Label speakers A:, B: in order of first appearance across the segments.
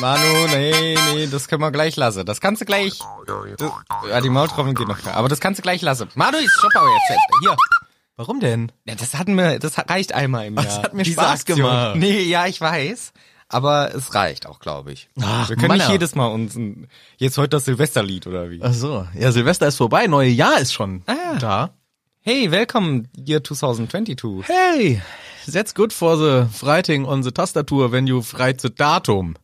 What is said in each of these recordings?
A: Manu, nee, nee, das können wir gleich lassen. Das kannst du gleich. Das, ja, die Maultrommel geht noch klar. Aber das kannst du gleich lassen. Manu, ich stopp aber jetzt. Hier.
B: Warum denn?
A: Ja, das hatten wir, das reicht einmal im Jahr.
B: Das hat mir Spaß gemacht.
A: Nee, ja, ich weiß. Aber es reicht auch, glaube ich.
B: Ach,
A: wir können nicht
B: Mann,
A: jedes Mal uns ein, jetzt heute das Silvesterlied oder wie.
B: Ach so. Ja, Silvester ist vorbei, neue Jahr ist schon
A: Ah.
B: da.
A: Hey, welcome year 2022.
B: Hey, that's good for the Freiting on the Tastatur, wenn you frei zu Datum.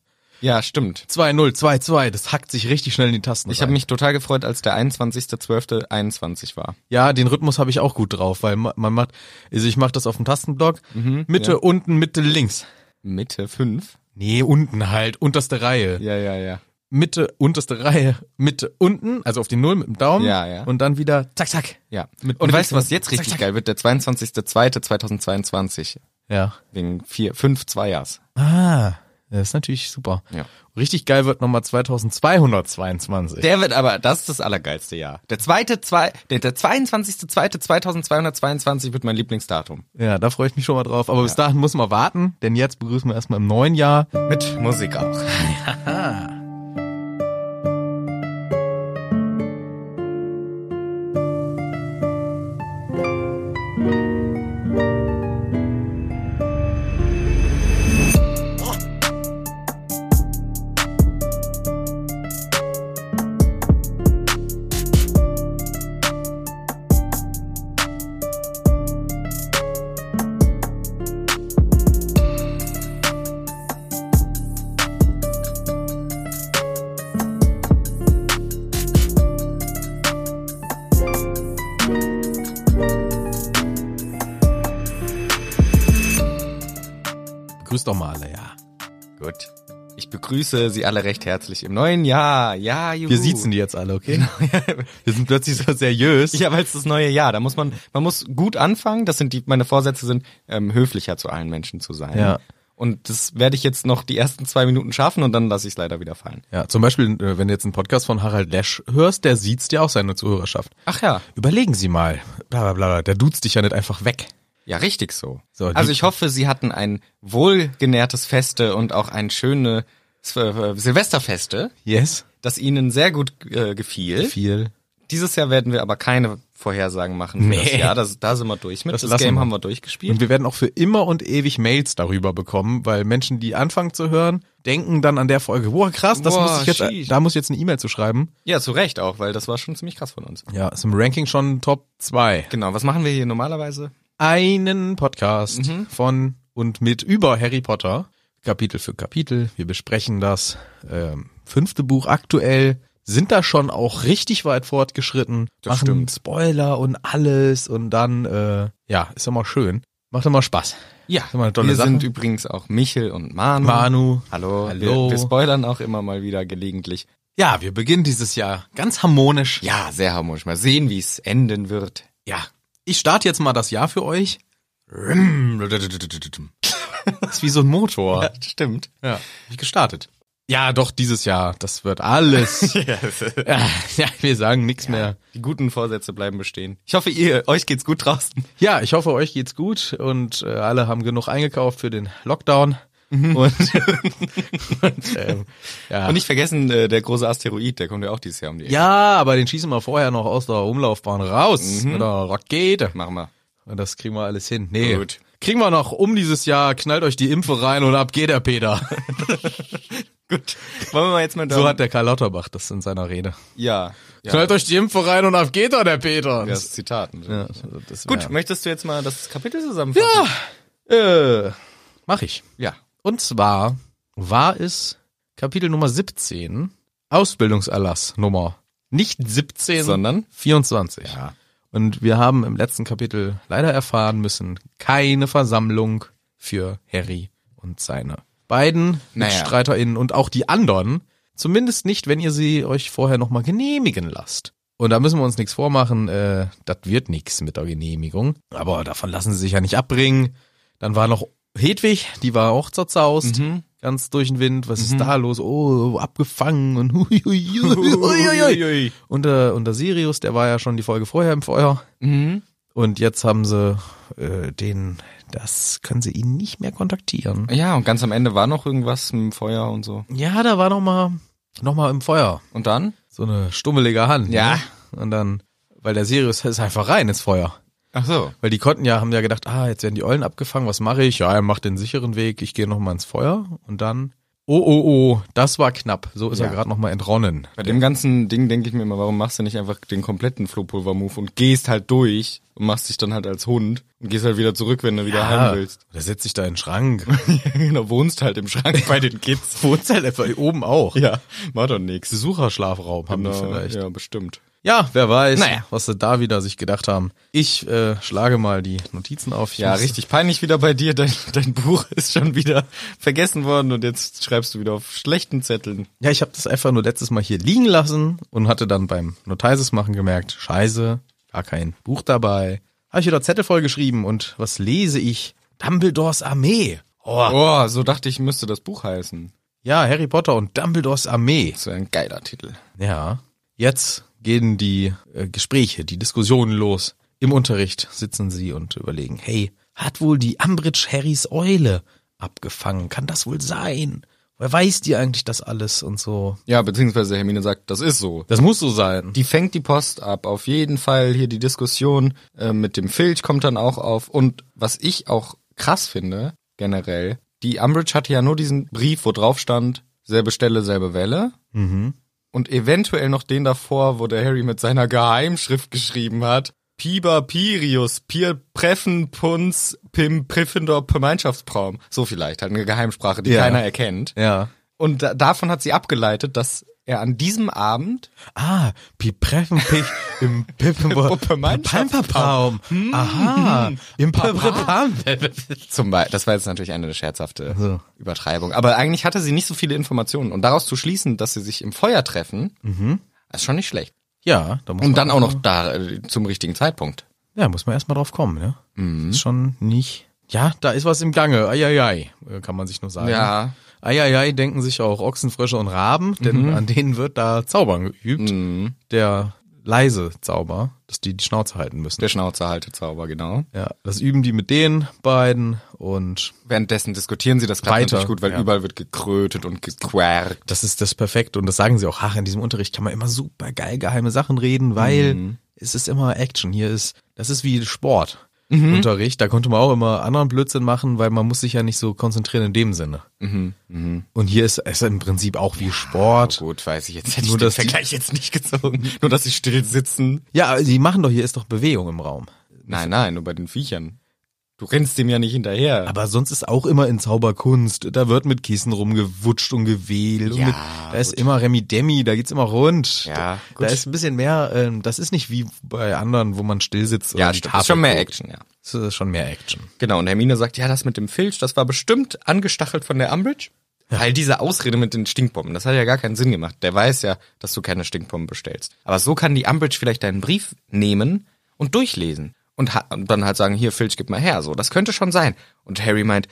A: Ja, stimmt.
B: 2022, das hackt sich richtig schnell in die Tasten.
A: Ich
B: rein.
A: habe mich total gefreut, als der 21.12.21 war.
B: Ja, den Rhythmus habe ich auch gut drauf, weil ma- man macht, also ich mache das auf dem Tastenblock,
A: Mhm,
B: Mitte unten, Mitte links.
A: Mitte 5.
B: Nee, unten halt, unterste Reihe.
A: Ja, ja, ja.
B: Mitte, unterste Reihe, Mitte unten, also auf die Null mit dem Daumen.
A: Ja, ja.
B: Und dann wieder zack, zack.
A: Ja.
B: Mit-
A: und
B: mit
A: weißt du, was
B: links-
A: jetzt richtig
B: zack, zack.
A: geil wird? Der 22.02.2022.
B: Ja.
A: Wegen vier, fünf Zweijahrs.
B: Ah, das ist natürlich super.
A: Ja.
B: Richtig geil wird nochmal 2222.
A: Der wird aber, das ist das allergeilste Jahr. Der zweite, zwei, der, der 22.02.2222 wird mein Lieblingsdatum.
B: ja, da freue ich mich schon mal drauf. Aber bis dahin muss man warten, denn jetzt begrüßen wir erstmal im neuen Jahr.
A: Mit Musik auch.
B: Begrüßt doch mal alle, ja.
A: Gut. Ich begrüße Sie alle recht herzlich im neuen Jahr. Ja, juhu.
B: Wir siezen die jetzt alle, okay? wir sind plötzlich so seriös.
A: Ja, weil es das neue Jahr. Da muss man, man muss gut anfangen. Das sind die, meine Vorsätze sind, ähm, höflicher zu allen Menschen zu sein.
B: Ja.
A: Und das werde ich jetzt noch die ersten zwei Minuten schaffen und dann lasse ich es leider wieder fallen.
B: Ja, zum Beispiel, äh, wenn du jetzt einen Podcast von Harald Lesch hörst, der sieht's dir auch seine Zuhörerschaft.
A: Ach ja.
B: Überlegen Sie mal, bla bla bla, bla, der duzt dich ja nicht einfach weg.
A: Ja, richtig so.
B: So, die-
A: also ich hoffe, Sie hatten ein wohlgenährtes Feste und auch ein schönes äh, Silvesterfeste,
B: Yes.
A: das Ihnen sehr gut äh, gefiel.
B: Viel.
A: Dieses Jahr werden wir aber keine Vorhersagen machen für das
B: Nee.
A: Jahr. Das, da sind wir durch mit.
B: Das
A: Das,
B: lassen
A: Game
B: wir.
A: haben wir durchgespielt.
B: Und wir werden auch für immer und ewig Mails darüber bekommen, weil Menschen, die anfangen zu hören, denken dann an der Folge, wow, krass, das
A: Boah,
B: muss ich jetzt,
A: sheesh.
B: da muss ich jetzt eine E-Mail zu schreiben.
A: Ja, zu Recht auch, weil das war schon ziemlich krass von uns.
B: Ja, ist im Ranking schon Top 2.
A: Genau, was machen wir hier normalerweise?
B: Einen Podcast
A: Mhm.
B: von und mit über Harry Potter, Kapitel für Kapitel. Wir besprechen das ähm, fünfte Buch aktuell, sind da schon auch richtig weit fortgeschritten,
A: Das
B: machen
A: stimmt.
B: Spoiler und alles und dann, äh, ja, ist immer schön. Macht immer Spaß.
A: Ja,
B: ist immer eine tolle
A: wir
B: Sache.
A: sind übrigens auch Michel und Manu.
B: Manu.
A: Hallo.
B: Hallo.
A: Wir, wir spoilern auch immer mal wieder gelegentlich.
B: Ja, wir beginnen dieses Jahr ganz harmonisch.
A: Ja, sehr harmonisch. Mal sehen, wie es enden wird.
B: Ja. Ich starte jetzt mal das Jahr für euch. Das ist wie so ein Motor.
A: stimmt.
B: Ja. Wie gestartet. Ja, doch, dieses Jahr. Das wird alles. Äh, ja, wir sagen nichts mehr.
A: Die guten Vorsätze bleiben bestehen. Ich hoffe, ihr, euch geht's gut draußen.
B: Ja, ich hoffe, euch geht's gut und äh, alle haben genug eingekauft für den Lockdown. Und, und, ähm, ja.
A: Und nicht vergessen, äh, der große Asteroid, der kommt ja auch dieses Jahr um die Ecke.
B: ja, aber den schießen wir vorher noch aus der Umlaufbahn
A: Mhm.
B: raus. Mit der Rakete.
A: Machen wir.
B: Und das kriegen wir alles hin. Nee.
A: Gut.
B: Kriegen wir noch um dieses Jahr, knallt euch die Impfe rein und ab geht der Peter.
A: Gut. Wollen wir mal jetzt mal
B: So hat der Karl Lauterbach das in seiner Rede.
A: Ja. ja.
B: Knallt euch die Impfe rein und ab geht er, der Peter.
A: Das Zitat.
B: ja, also das
A: Gut,
B: wär-
A: möchtest du jetzt mal das Kapitel zusammenfassen?
B: Äh, mach ich.
A: Ja.
B: Und zwar war es Kapitel Nummer 17, Ausbildungserlass Nummer nicht 17,
A: Sondern?
B: 24.
A: Ja.
B: Und wir haben im letzten Kapitel leider erfahren müssen, keine Versammlung für Harry und seine beiden
A: Naja.
B: MitstreiterInnen und auch die anderen. Zumindest nicht, wenn ihr sie euch vorher nochmal genehmigen lasst. Und da müssen wir uns nichts vormachen, äh, das wird nichts mit der Genehmigung. Aber davon lassen sie sich ja nicht abbringen. Dann war noch Hedwig, die war auch zerzaust, ganz durch den Wind. Was ist da los? Oh, abgefangen und hui, hui, hui, hui, hui, hui. Und, äh, und der Sirius, der war ja schon die Folge vorher im Feuer.
A: Mhm.
B: Und jetzt haben sie äh, den, Das können sie ihn nicht mehr kontaktieren.
A: Ja, und ganz am Ende war noch irgendwas im Feuer und so.
B: Ja, da war noch mal, noch mal im Feuer.
A: Und dann?
B: So eine stummelige Hand.
A: Ja.
B: Ne? Und dann, weil der Sirius ist einfach rein ins Feuer.
A: Ach so.
B: Weil die konnten ja, haben ja gedacht, ah, jetzt werden die Eulen abgefangen, was mache ich? Ja, er macht den sicheren Weg, ich gehe nochmal ins Feuer und dann, oh, oh, oh, das war knapp. So ist
A: Ja.
B: er gerade nochmal entronnen.
A: Bei dem ganzen Ding denke ich mir immer, warum machst du nicht einfach den kompletten Flohpulver-Move und gehst halt durch und machst dich dann halt als Hund und gehst halt wieder zurück, wenn du wieder heim willst.
B: der setzt sich da in den Schrank.
A: genau, wohnst halt im Schrank bei den Kids.
B: Wohnt halt einfach oben auch.
A: Ja, war doch nix.
B: Besucherschlafraum haben die
A: Na,
B: vielleicht. Ja.
A: Ja, bestimmt.
B: wer weiß,
A: Naja.
B: was sie da wieder sich gedacht haben. Ich äh, schlage mal die Notizen auf. Ich
A: Ja,
B: muss-
A: richtig peinlich wieder bei dir. Dein, dein Buch ist schon wieder vergessen worden und jetzt schreibst du wieder auf schlechten Zetteln.
B: Ja, ich habe das einfach nur letztes Mal hier liegen lassen und hatte dann beim Notizes machen gemerkt, scheiße, war kein Buch dabei. Habe ich wieder Zettel vollgeschrieben und was lese ich? Dumbledores Armee. Oh.
A: Oh, so dachte ich, müsste das Buch heißen.
B: Ja, Harry Potter und Dumbledores Armee.
A: Das wäre ein geiler Titel.
B: Ja. Jetzt gehen die äh, Gespräche, die Diskussionen los. Im Unterricht sitzen sie und überlegen, hey, hat wohl die Umbridge Harrys Eule abgefangen? Kann das wohl sein? Wer weiß die eigentlich das alles und so?
A: Ja, beziehungsweise Hermine sagt, das ist so.
B: Das muss so sein.
A: Die fängt die Post ab, auf jeden Fall. Hier die Diskussion äh, mit dem Filch kommt dann auch auf. Und was ich auch krass finde, generell, die Umbridge hatte ja nur diesen Brief, wo drauf stand, selbe Stelle, selbe Welle. Und eventuell noch den davor, wo der Harry mit seiner Geheimschrift geschrieben hat. Piber Pirius, Pir Preffen Punz, Pim Priffendor Gemeinschaftspraum. So vielleicht, halt eine Geheimsprache, die
B: Ja.
A: keiner erkennt.
B: Ja.
A: Und da, davon hat sie abgeleitet, dass er an diesem Abend
B: Ah, Pipreffenpich im
A: Pippenmannschaftsraum.
B: Pippenpamperpaum.
A: Hm.
B: Aha, im Pippenpam.
A: Zum Beispiel, das war jetzt natürlich eine scherzhafte
B: so.
A: Übertreibung. Aber eigentlich hatte sie nicht so viele Informationen. Und daraus zu schließen, dass sie sich im Feuer treffen, ist schon nicht schlecht.
B: Ja, da muss
A: Und
B: man
A: dann auch noch da äh, zum richtigen Zeitpunkt.
B: Ja, muss man erstmal drauf kommen, ne?
A: Mhm.
B: Ist schon nicht. Ja, da ist was im Gange. Eieiei, äh, kann man sich nur sagen.
A: Ja.
B: Eieiei denken sich auch Ochsenfrösche und Raben, denn
A: Mhm.
B: an denen wird da Zaubern geübt. Der leise Zauber, dass die die Schnauze halten müssen.
A: Der Schnauzer halte Zauber, genau.
B: ja, das üben die mit den beiden und
A: Währenddessen diskutieren sie das klappt
B: Weiter,
A: natürlich gut, weil
B: ja.
A: überall wird gekrötet und gequert.
B: das ist das perfekt und das sagen sie auch. Ach, in diesem Unterricht kann man immer super geil geheime Sachen reden, weil es ist immer Action. Hier ist, das ist wie Sportunterricht. da konnte man auch immer anderen Blödsinn machen, weil man muss sich ja nicht so konzentrieren in dem Sinne. Und hier ist es im Prinzip auch wie Sport.
A: Gut, weiß ich jetzt hätte
B: Nur,
A: ich den
B: dass die-
A: Vergleich jetzt nicht gezogen. Nur, dass sie still sitzen.
B: Ja, sie machen doch, hier ist doch Bewegung im Raum.
A: Nein, nein, nur bei den Viechern. Du rennst dem ja nicht hinterher.
B: Aber sonst ist auch immer in Zauberkunst. Da wird mit Kissen rumgewutscht und gewählt.
A: Ja,
B: und mit, da ist immer Remi Demi, da geht's immer rund.
A: Ja,
B: da,
A: gut.
B: da ist ein bisschen mehr, ähm, das ist nicht wie bei anderen, wo man still sitzt.
A: ja,
B: und
A: stimmt.
B: Tafel
A: Ist schon mehr
B: guckt.
A: Action, ja.
B: Das ist schon mehr Action.
A: Genau, und Hermine sagt, ja, das mit dem Filch, das war bestimmt angestachelt von der Umbridge. Weil diese Ausrede mit den Stinkbomben, das hat ja gar keinen Sinn gemacht. Der weiß ja, dass du keine Stinkbomben bestellst. Aber so kann die Umbridge vielleicht deinen Brief nehmen und durchlesen. Und, ha- und dann halt sagen, hier, Filch, gib mal her. So, das könnte schon sein. Und Harry meint,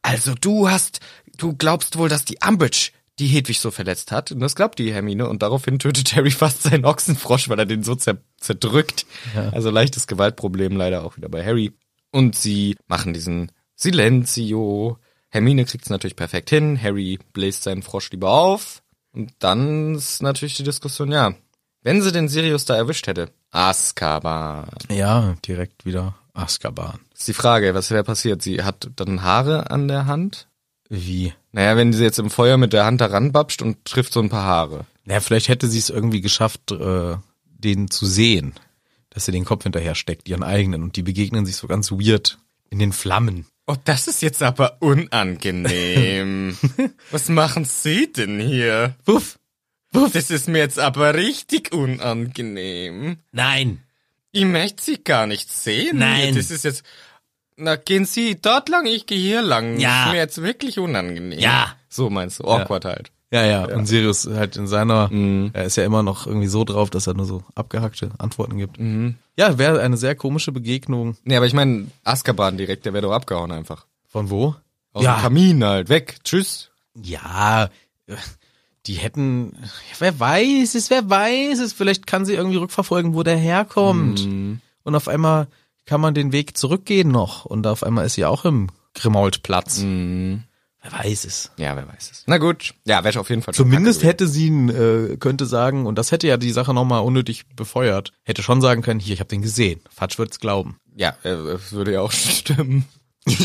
A: also du hast, du glaubst wohl, dass die Umbridge die Hedwig so verletzt hat. Und das glaubt die Hermine. Und daraufhin tötet Harry fast seinen Ochsenfrosch, weil er den so zer zerdrückt. Also leichtes Gewaltproblem leider auch wieder bei Harry. Und sie machen diesen Silenzio. Hermine kriegt es natürlich perfekt hin. Harry bläst seinen Frosch lieber auf. Und dann ist natürlich die Diskussion, ja. Wenn sie den Sirius da erwischt hätte. Azkaban.
B: Ja, direkt wieder Azkaban.
A: Ist die Frage, was wäre passiert? Sie hat dann Haare an der Hand?
B: Wie?
A: Naja, wenn sie jetzt im Feuer mit der Hand da ranbapscht und trifft so ein paar Haare.
B: Na, vielleicht hätte sie es irgendwie geschafft, äh, den zu sehen, dass sie den Kopf hinterher steckt, ihren eigenen, und die begegnen sich so ganz weird in den Flammen.
A: Oh, das ist jetzt aber unangenehm. Was machen Sie denn hier?
B: Wuff!
A: Das ist mir jetzt aber richtig unangenehm.
B: Nein!
A: Ich möchte Sie gar nicht sehen.
B: Nein.
A: Das ist jetzt. Na, gehen Sie dort lang, ich gehe hier lang.
B: Ja.
A: Das ist mir jetzt wirklich unangenehm.
B: Ja.
A: So meinst du, awkward halt.
B: Ja, ja, und Sirius halt in seiner, er ist ja immer noch irgendwie so drauf, dass er nur so abgehackte Antworten gibt. Ja, wäre eine sehr komische Begegnung.
A: Nee, aber ich meine, Azkaban direkt, der wäre doch abgehauen einfach.
B: Von wo?
A: Aus dem Kamin halt, weg, tschüss.
B: Ja, die hätten, wer weiß es, wer weiß es, vielleicht kann sie irgendwie rückverfolgen, wo der herkommt. Und auf einmal kann man den Weg zurückgehen noch. Und auf einmal ist sie auch im Grimaultplatz. Wer weiß es.
A: Ja, wer weiß es. Na gut. Ja, wäre auf jeden Fall schon
B: Zumindest
A: kacke
B: hätte sie ihn, äh, könnte sagen, und das hätte ja die Sache nochmal unnötig befeuert, hätte schon sagen können, hier, ich habe den gesehen. Fatsch wird's glauben.
A: gewesen. Ja, äh, das würde ja auch stimmen.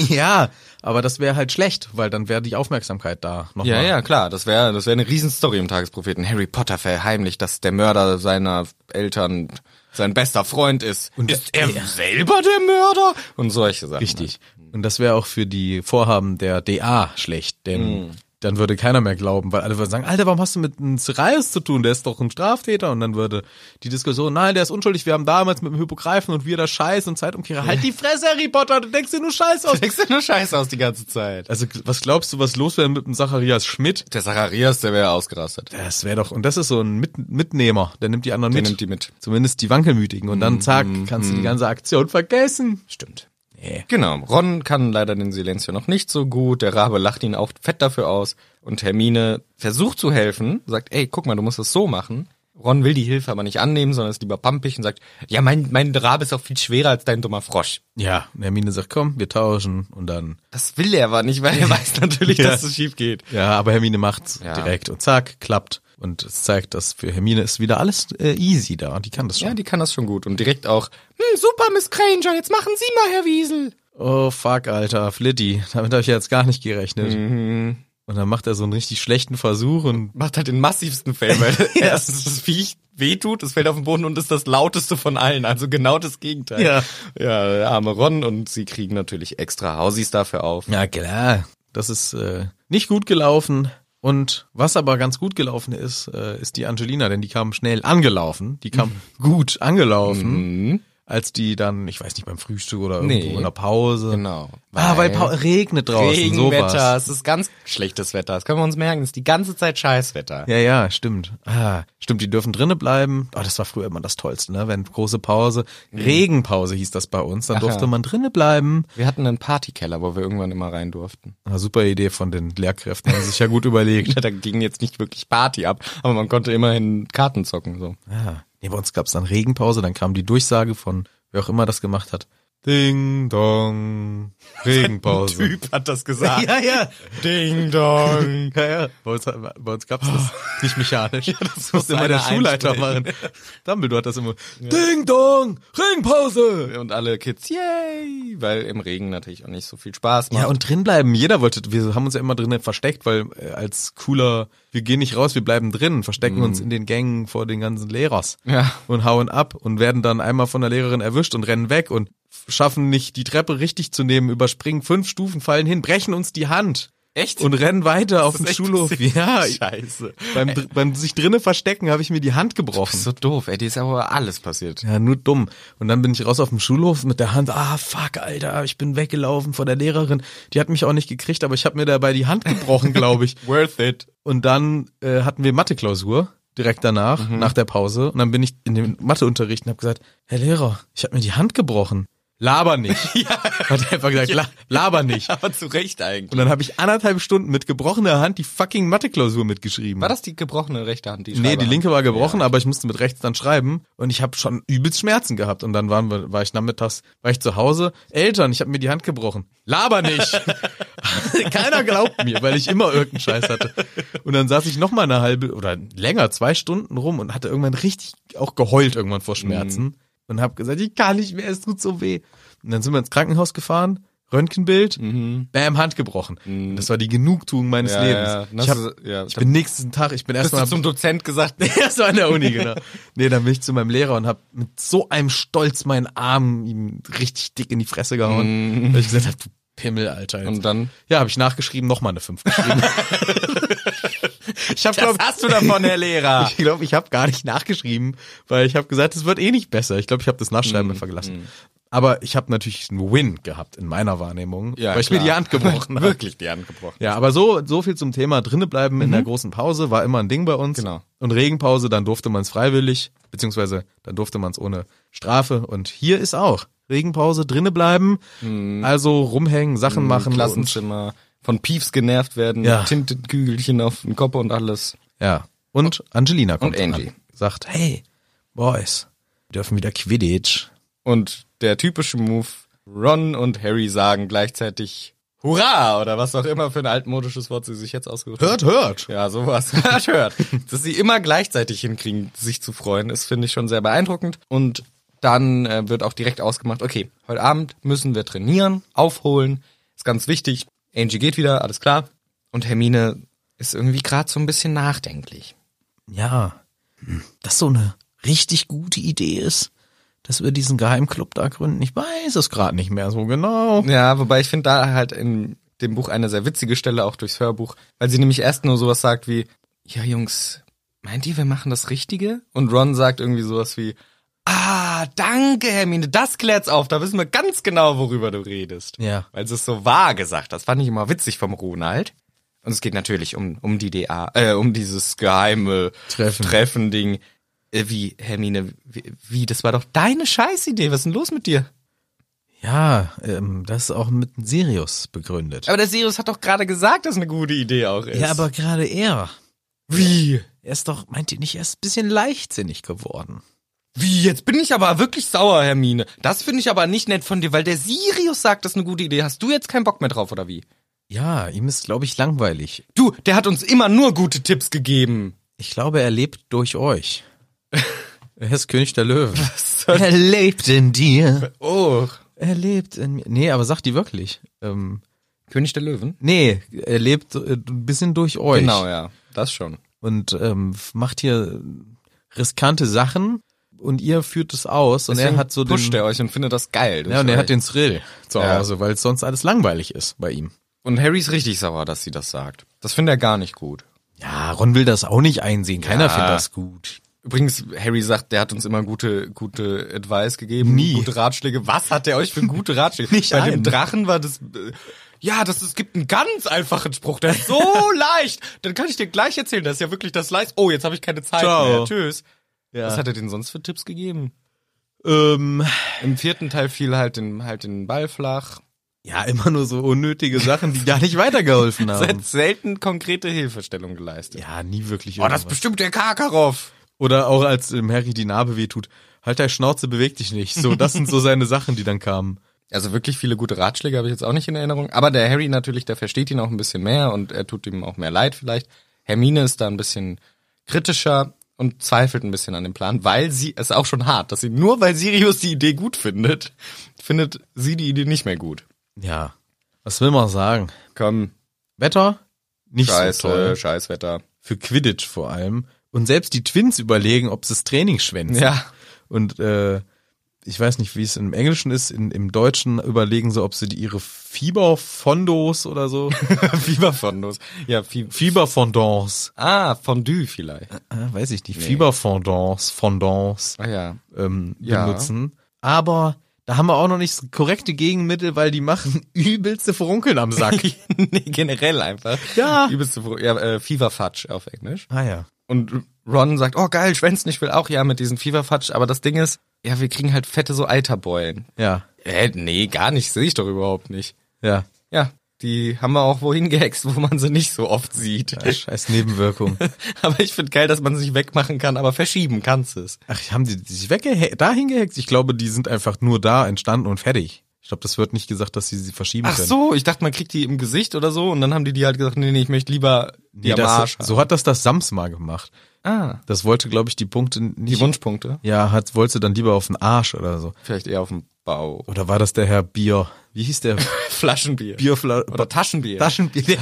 B: ja, aber das wäre halt schlecht, weil dann wäre die Aufmerksamkeit da nochmal.
A: Ja, ja, klar. Das wäre das wäre eine Riesenstory im Tagespropheten. Harry Potter verheimlicht, dass der Mörder seiner Eltern sein bester Freund ist. Und ist er selber der Mörder? Und solche Sachen.
B: Richtig. Und das wäre auch für die Vorhaben der DA schlecht, denn
A: Mhm.
B: dann würde keiner mehr glauben, weil alle würden sagen, Alter, warum hast du mit einem Sirius zu tun? Der ist doch ein Straftäter. Und dann würde die Diskussion, nein, der ist unschuldig, wir haben damals mit dem Hypogreifen und wir das Scheiß und Zeitumkehrer. Halt die Fresse, Harry Potter, du denkst dir nur Scheiß aus.
A: Du denkst dir nur Scheiße aus die ganze Zeit.
B: Also, was glaubst du, was los wäre mit dem Zacharias Schmidt?
A: Der Zacharias, der wäre ausgerastet.
B: Das wäre doch, und das ist so ein mit Mitnehmer, der nimmt die anderen
A: Der
B: mit.
A: nimmt die mit. Mhm.
B: Zumindest die Wankelmütigen. Und dann, zack, kannst du die ganze Aktion vergessen.
A: Stimmt.
B: Nee.
A: Genau, Ron kann leider den Silencio noch nicht so gut, der Rabe lacht ihn auch fett dafür aus und Hermine versucht zu helfen, sagt, ey, guck mal, du musst es so machen. Ron will die Hilfe aber nicht annehmen, sondern ist lieber pampig und sagt, ja, mein, mein Rabe ist auch viel schwerer als dein dummer Frosch.
B: Ja, und Hermine sagt, komm, wir tauschen. Und dann
A: Das will er aber nicht, weil er weiß natürlich,
B: Ja.
A: dass es schief geht.
B: Ja, aber Hermine macht's
A: Ja.
B: direkt und zack, klappt. Und es zeigt, dass für Hermine ist wieder alles äh, easy da. Die kann das
A: Ja,
B: schon.
A: die kann das schon gut und direkt auch, hm, super, Miss Granger, jetzt machen Sie mal, Herr Wiesel.
B: oh fuck, Alter, Flitty. Damit habe ich jetzt gar nicht gerechnet.
A: Mhm.
B: Und dann macht er so einen richtig schlechten Versuch und
A: Macht halt den massivsten Fail, weil erstens das Viech wehtut, es fällt auf den Boden und ist das lauteste von allen. Also genau das Gegenteil.
B: Ja.
A: Ja, der arme Ron und sie kriegen natürlich extra Hausies dafür auf.
B: ja klar, das ist äh, nicht gut gelaufen. Und was aber ganz gut gelaufen ist, äh, ist die Angelina, denn die kam schnell angelaufen. Die kam
A: Mhm.
B: gut angelaufen, als die dann, ich weiß nicht, beim Frühstück oder irgendwo
A: Nee.
B: in der Pause.
A: Genau.
B: ah, weil Pau- regnet draußen, sowas.
A: Regenwetter, es ist ganz schlechtes Wetter. Das können wir uns merken, es ist die ganze Zeit Scheißwetter.
B: Ja, ja, stimmt. Ah, stimmt, die dürfen drinnen bleiben. Oh, das war früher immer das Tollste, ne? Wenn große Pause,
A: Mhm.
B: Regenpause hieß das bei uns, dann durfte man drinnen bleiben.
A: Wir hatten einen Partykeller, wo wir irgendwann immer rein durften.
B: Ah, super Idee von den Lehrkräften, haben sich ja gut überlegt.
A: Da ging jetzt nicht wirklich Party ab, aber man konnte immerhin Karten zocken. So.
B: Ah, nee, bei uns gab's dann Regenpause, dann kam die Durchsage von, wer auch immer das gemacht hat. Ding dong,
A: Oh,
B: Regenpause.
A: Typ Ah. hat das gesagt.
B: ja.
A: Ding dong.
B: Ja, ja. Bei uns, bei uns gab's das nicht mechanisch. das
A: Ah. muss
B: musste immer der
A: einer
B: Schulleiter
A: einsprechen.
B: machen. Dumbledore hat das immer. Ding dong, Regenpause.
A: Und alle Kids, yay! Weil im Regen natürlich auch nicht so viel Spaß macht.
B: Ja, und drin bleiben. Jeder wollte, wir haben uns ja immer drinnen versteckt, weil äh, als cooler, wir gehen nicht raus, wir bleiben drin, verstecken uns in den Gängen vor den ganzen Lehrers
A: Mhm. Ja.
B: und hauen ab und werden dann einmal von der Lehrerin erwischt und rennen weg und f- schaffen nicht, die Treppe richtig zu nehmen, überspringen fünf Stufen, fallen hin, brechen uns die Hand
A: echt?
B: und rennen weiter auf den Schulhof. Ja, ich-
A: Scheiße.
B: beim, dr- beim sich drinnen verstecken habe ich mir die Hand gebrochen.
A: So doof, ey, dir ist aber alles passiert.
B: Ja, nur dumm. Und dann bin ich raus auf dem Schulhof mit der Hand. Ah, fuck, Alter, ich bin weggelaufen vor der Lehrerin. Die hat mich auch nicht gekriegt, aber ich habe mir dabei die Hand gebrochen, glaube ich.
A: Worth it.
B: Und dann äh, hatten wir Mathe-Klausur direkt danach, nach der Pause. Und dann bin ich in den Matheunterricht und habe gesagt, Herr Lehrer, ich habe mir die Hand gebrochen. Laber nicht. Hat er einfach gesagt, la laber nicht.
A: Aber zu Recht
B: Und
A: eigentlich.
B: dann habe ich anderthalb Stunden mit gebrochener Hand die fucking Mathe-Klausur mitgeschrieben.
A: War das die gebrochene rechte Hand? Die
B: Nee, die
A: Schreiberhand?
B: linke war gebrochen, aber ich musste mit rechts dann schreiben und ich habe schon übelst Schmerzen gehabt und dann waren wir, war ich nachmittags, war ich zu Hause, Eltern, ich habe mir die Hand gebrochen. Laber nicht. Keiner glaubt mir, weil ich immer irgendeinen Scheiß hatte. Und dann saß ich noch mal eine halbe oder länger, zwei Stunden rum und hatte irgendwann richtig auch geheult irgendwann vor Schmerzen
A: Mhm.
B: und habe gesagt, ich kann nicht mehr, es tut so weh. Und dann sind wir ins Krankenhaus gefahren, Röntgenbild, bam, Hand gebrochen. Das war die Genugtuung
A: Mhm.
B: meines
A: Ja,
B: Lebens.
A: ja. Das
B: Ich, hab,
A: ist- ja,
B: ich bin nächsten Tag, ich bin
A: Hast du
B: erstmal
A: zum Dozent gesagt?
B: Erst war an der Uni, genau. Nee, dann bin ich zu meinem Lehrer und hab mit so einem Stolz meinen Arm ihm richtig dick in die Fresse gehauen. Weil ich gesagt hab, du Pimmel, Alter.
A: Mm. Und dann?
B: Ja, habe ich nachgeschrieben, nochmal eine 5 geschrieben. ich
A: Was
B: habe, glaube
A: hast du davon, Herr Lehrer?
B: ich glaube, ich habe gar nicht nachgeschrieben, weil ich habe gesagt, es wird eh nicht besser. Ich glaube, ich habe das Nachschreiben
A: Mm,
B: einfach gelassen. Aber ich habe natürlich einen Win gehabt in meiner Wahrnehmung, weil ich mir
A: klar.
B: die Hand gebrochen habe.
A: Wirklich die Hand gebrochen.
B: Ja, aber so, so viel zum Thema drinnen bleiben in der großen Pause war immer ein Ding bei uns.
A: Genau.
B: Und Regenpause, dann durfte man es freiwillig, beziehungsweise dann durfte man es ohne Strafe. Und hier ist auch Regenpause, drinnen bleiben, also rumhängen, Sachen machen.
A: Klassenzimmer, von Piefs genervt werden,
B: Ja.
A: Tintenkügelchen auf den Kopf und alles.
B: Und, ja. Und Angelina kommt
A: Und Angie.
B: an, sagt, hey, Boys, wir dürfen wieder Quidditch.
A: Und der typische Move, Ron und Harry sagen gleichzeitig Hurra oder was auch immer für ein altmodisches Wort sie sich jetzt ausgesucht haben.
B: Hört, hört.
A: Ja, sowas. hört, hört. Dass sie immer gleichzeitig hinkriegen, sich zu freuen, ist, finde ich, schon sehr beeindruckend. Und dann äh, wird auch direkt ausgemacht, okay, heute Abend müssen wir trainieren, aufholen, ist ganz wichtig. Angie geht wieder, alles klar. Und Hermine ist irgendwie gerade so ein bisschen nachdenklich.
B: Ja, dass so eine richtig gute Idee ist, dass wir diesen Geheimclub da gründen. Ich weiß es gerade nicht mehr so genau.
A: Ja, wobei ich finde da halt in dem Buch eine sehr witzige Stelle, auch durchs Hörbuch, weil sie nämlich erst nur sowas sagt wie, ja Jungs, meint ihr, wir machen das Richtige? Und Ron sagt irgendwie sowas wie, ah, danke Hermine, das klärt's auf, da wissen wir ganz genau, worüber du redest.
B: Ja.
A: Weil sie es so wahr gesagt hat. Das fand ich immer witzig vom Ronald. Und es geht natürlich um, um die DA, äh, um dieses geheime
B: Treffen.
A: Treffen-Ding. Äh, wie, Hermine, wie, wie, das war doch deine Scheißidee, was ist denn los mit dir?
B: Ja, ähm, das ist auch mit Sirius begründet.
A: Aber der Sirius hat doch gerade gesagt, dass eine gute Idee auch ist.
B: ja, aber gerade er.
A: wie?
B: Er ist doch, meint ihr nicht, er ist ein bisschen leichtsinnig geworden.
A: Wie? Jetzt bin ich aber wirklich sauer, Hermine. Das finde ich aber nicht nett von dir, weil der Sirius sagt, das ist eine gute Idee. Hast du jetzt keinen Bock mehr drauf oder wie?
B: Ja, ihm ist, glaube ich, langweilig.
A: Du, der hat uns immer nur gute Tipps gegeben.
B: Ich glaube, er lebt durch euch. er ist König der Löwen.
A: soll-
B: Er lebt in dir.
A: Oh,
B: Er lebt in mir. Nee, aber sag die wirklich. Ähm,
A: König der Löwen?
B: nee, er lebt äh, ein bisschen durch euch.
A: Genau, ja. Das schon.
B: Und ähm, macht hier riskante Sachen und ihr führt es aus und er hat so den.
A: pusht er euch und findet das geil.
B: ja, und er hat den Thrill zu
A: Ja.
B: Hause, weil sonst alles langweilig ist bei ihm.
A: und Harry ist richtig sauer, dass sie das sagt. Das findet er gar nicht gut.
B: Ja, Ron will das auch nicht einsehen. Keiner
A: Ja.
B: findet das gut.
A: Übrigens, Harry sagt, der hat uns immer gute, gute Advice gegeben,
B: Nie.
A: gute Ratschläge. Was hat er euch für gute Ratschläge?
B: Nicht
A: Bei
B: einen.
A: dem Drachen war das. äh, Ja, das es gibt einen ganz einfachen Spruch, der ist so leicht. Dann kann ich dir gleich erzählen, das ist ja wirklich das leicht. Oh, jetzt habe ich keine Zeit
B: Ciao.
A: mehr. Tschüss.
B: Ja.
A: Was hat er denn sonst für Tipps gegeben?
B: Ähm,
A: Im vierten Teil fiel halt den, halt den Ball flach.
B: ja, immer nur so unnötige Sachen, die gar nicht weitergeholfen
A: Er hat
B: haben.
A: selten konkrete Hilfestellung geleistet.
B: Ähm. Ja, nie wirklich.
A: Oh, das ist
B: irgendwas.
A: bestimmt der Karkaroff.
B: Oder auch als ähm, Harry die Narbe wehtut. Halt deine Schnauze, beweg dich nicht. So, das sind so seine Sachen, die dann kamen.
A: Also wirklich viele gute Ratschläge habe ich jetzt auch nicht in Erinnerung. Aber der Harry natürlich, der versteht ihn auch ein bisschen mehr und er tut ihm auch mehr leid vielleicht. Hermine ist da ein bisschen kritischer und zweifelt ein bisschen an dem Plan, weil sie, es ist auch schon hart, dass sie nur weil Sirius die Idee gut findet, findet sie die Idee nicht mehr gut.
B: Ja. Was will man sagen?
A: Komm,
B: Wetter? Nicht so
A: scheiße,
B: toll.
A: Scheißwetter.
B: Für Quidditch vor allem. Und selbst die Twins überlegen, ob sie das Training schwänzen.
A: Ja.
B: Und äh, ich weiß nicht, wie es im Englischen ist. In, Im Deutschen überlegen sie, ob sie die, ihre Fieberfondos oder so.
A: Fieberfondos. Ja, Fie
B: Fieberfondants.
A: Ah, Fondue vielleicht.
B: Äh, weiß ich nicht. Fieberfondants. Fondants.
A: Ah ja.
B: ähm,
A: Ja.
B: benutzen. Aber da haben wir auch noch nicht das korrekte Gegenmittel, weil die machen übelste Verunkeln am Sack.
A: nee, generell einfach.
B: Ja.
A: Übelste, Fro- ja, äh, Fever Fudge auf Englisch.
B: ah ja.
A: Und Ron sagt, oh geil, Schwänzen, ich will auch ja mit diesen Fever Fudge. Aber das Ding ist, ja, wir kriegen halt fette so Eiterbeulen.
B: Ja,
A: Äh, nee, gar nicht, sehe ich doch überhaupt nicht.
B: ja.
A: Ja, die haben wir auch wohin gehext, wo man sie nicht so oft sieht.
B: Scheiß Nebenwirkung.
A: aber ich finde geil, dass man sie nicht wegmachen kann, aber verschieben kannst es.
B: Ach, haben die sich weggehackt, dahin gehackt? Ich glaube, die sind einfach nur da entstanden und fertig. Ich glaube, das wird nicht gesagt, dass sie sie verschieben
A: Ach
B: können.
A: so, ich dachte, man kriegt die im Gesicht oder so. Und dann haben die die halt gesagt, nee, nee, ich möchte lieber die
B: Nee,
A: am
B: das,
A: Arsch haben.
B: so hat das das Sams mal gemacht.
A: Ah,
B: Das wollte, glaube ich, die Punkte
A: die
B: nicht.
A: Wunschpunkte.
B: ja, hat, wollte dann lieber auf den Arsch oder so.
A: Vielleicht eher auf dem Bau.
B: Oder war das der Herr Bier? Wie hieß der?
A: Flaschenbier.
B: Bierfla
A: Oder Taschenbier.
B: Taschenbier.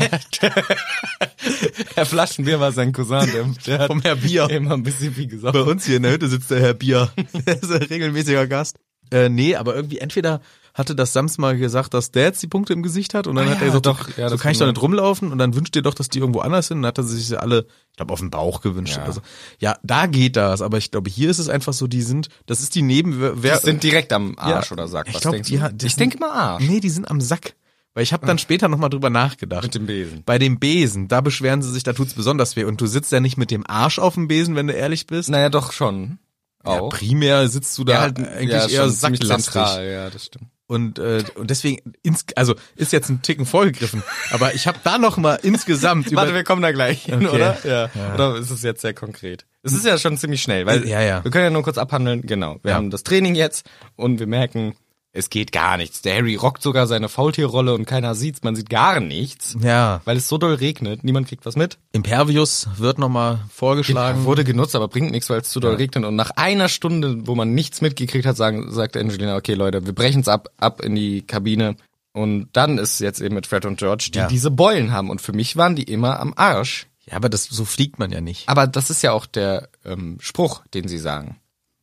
A: Herr Flaschenbier war sein Cousin, der, der
B: Vom Herr Bier.
A: hat immer ein bisschen viel
B: Bei
A: gesagt.
B: uns hier in der Hütte sitzt der Herr Bier. Der ist ein regelmäßiger Gast. Äh, nee, aber irgendwie entweder hatte das Sams mal gesagt, dass der jetzt die Punkte im Gesicht hat und dann
A: Ah
B: hat
A: ja,
B: er gesagt,
A: doch,
B: doch,
A: ja,
B: so
A: das
B: kann ich doch
A: kann
B: nicht rumlaufen und dann wünscht ihr doch, dass die irgendwo anders sind und dann hat er sich sie alle, ich glaube, auf den Bauch gewünscht
A: Ja.
B: oder so. Ja, da geht das, aber ich glaube, hier ist es einfach so, die sind, das ist die Nebenwirkung.
A: Die sind direkt am Arsch
B: Ja,
A: oder Sack.
B: ich
A: Was
B: glaub,
A: denkst
B: die
A: du?
B: hat- die
A: ich
B: sind-
A: denke mal Arsch.
B: Nee, die sind am Sack. Weil ich habe dann später nochmal drüber nachgedacht.
A: Mit dem Besen.
B: Bei Ah. dem Besen, da beschweren sie sich, da tut's besonders weh. Und du sitzt ja nicht mit dem Arsch auf dem Besen, wenn du ehrlich bist.
A: Naja, doch schon.
B: Ja, primär sitzt du da eigentlich eher sacklastig.
A: Ja, das stimmt.
B: Und, äh, und deswegen, ins, also ist jetzt ein Ticken vorgegriffen, aber ich habe da noch mal insgesamt über...
A: Warte, wir kommen da gleich hin,
B: Okay.
A: oder? Ja. Oder ist es jetzt sehr konkret? Es ist ja schon ziemlich schnell, weil
B: Ja, ja.
A: wir können ja nur kurz abhandeln. Genau, wir
B: Ja.
A: haben das Training jetzt und wir merken, es geht gar nichts. Der Harry rockt sogar seine Faultierrolle und keiner sieht's, man sieht gar nichts,
B: Ja.
A: weil es so doll regnet, niemand kriegt was mit.
B: Impervious wird nochmal vorgeschlagen.
A: Wurde genutzt, aber bringt nichts, weil es zu doll regnet. Und nach einer Stunde, wo man nichts mitgekriegt hat, sagen, sagt Angelina, okay Leute, wir brechen's ab, ab in die Kabine. Und dann ist jetzt eben mit Fred und George, die
B: Ja.
A: diese Beulen haben. Und für mich waren die immer am Arsch.
B: Ja, aber das, so fliegt man ja nicht.
A: Aber das ist ja auch der ähm, Spruch, den sie sagen.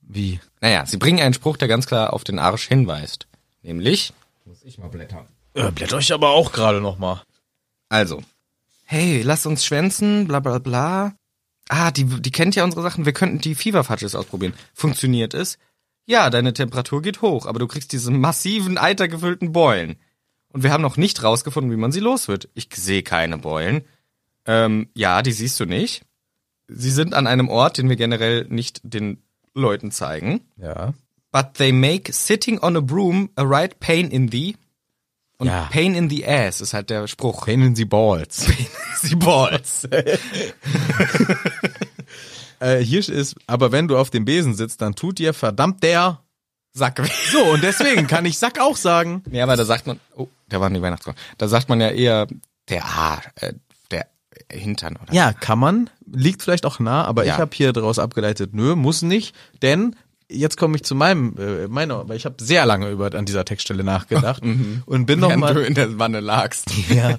B: Wie?
A: Naja, sie bringen einen Spruch, der ganz klar auf den Arsch hinweist. Nämlich. Muss ich mal blättern.
B: Äh, blätter ich aber auch gerade nochmal.
A: Also. Hey, lass uns schwänzen, bla bla bla. Ah, die, die kennt ja unsere Sachen. Wir könnten die Fever Fudges ausprobieren. Funktioniert es? Ja, deine Temperatur geht hoch, aber du kriegst diese massiven, eitergefüllten Beulen. Und wir haben noch nicht rausgefunden, wie man sie los wird. Ich sehe keine Beulen. Ähm, ja, die siehst du nicht. Sie sind an einem Ort, den wir generell nicht den Leuten zeigen.
B: Ja.
A: But they make sitting on a broom a right pain in the und
B: Ja.
A: pain in the ass ist halt der Spruch.
B: Pain in the balls.
A: Sie balls.
B: äh, hier ist, aber wenn du auf dem Besen sitzt, dann tut dir verdammt der.
A: Sack.
B: So, und deswegen kann ich Sack auch sagen.
A: Ja, aber da sagt man, oh, da waren die Weihnachtskorn. Da sagt man ja eher der Haar, äh, der Hintern oder.
B: Ja, kann man. Liegt vielleicht auch nah, aber
A: Ja.
B: ich habe hier daraus abgeleitet, nö, muss nicht, denn jetzt komme ich zu meinem, äh, meiner, weil ich habe sehr lange über an dieser Textstelle nachgedacht und bin
A: Wenn du
B: nochmal
A: in der Wanne lagst.
B: ja,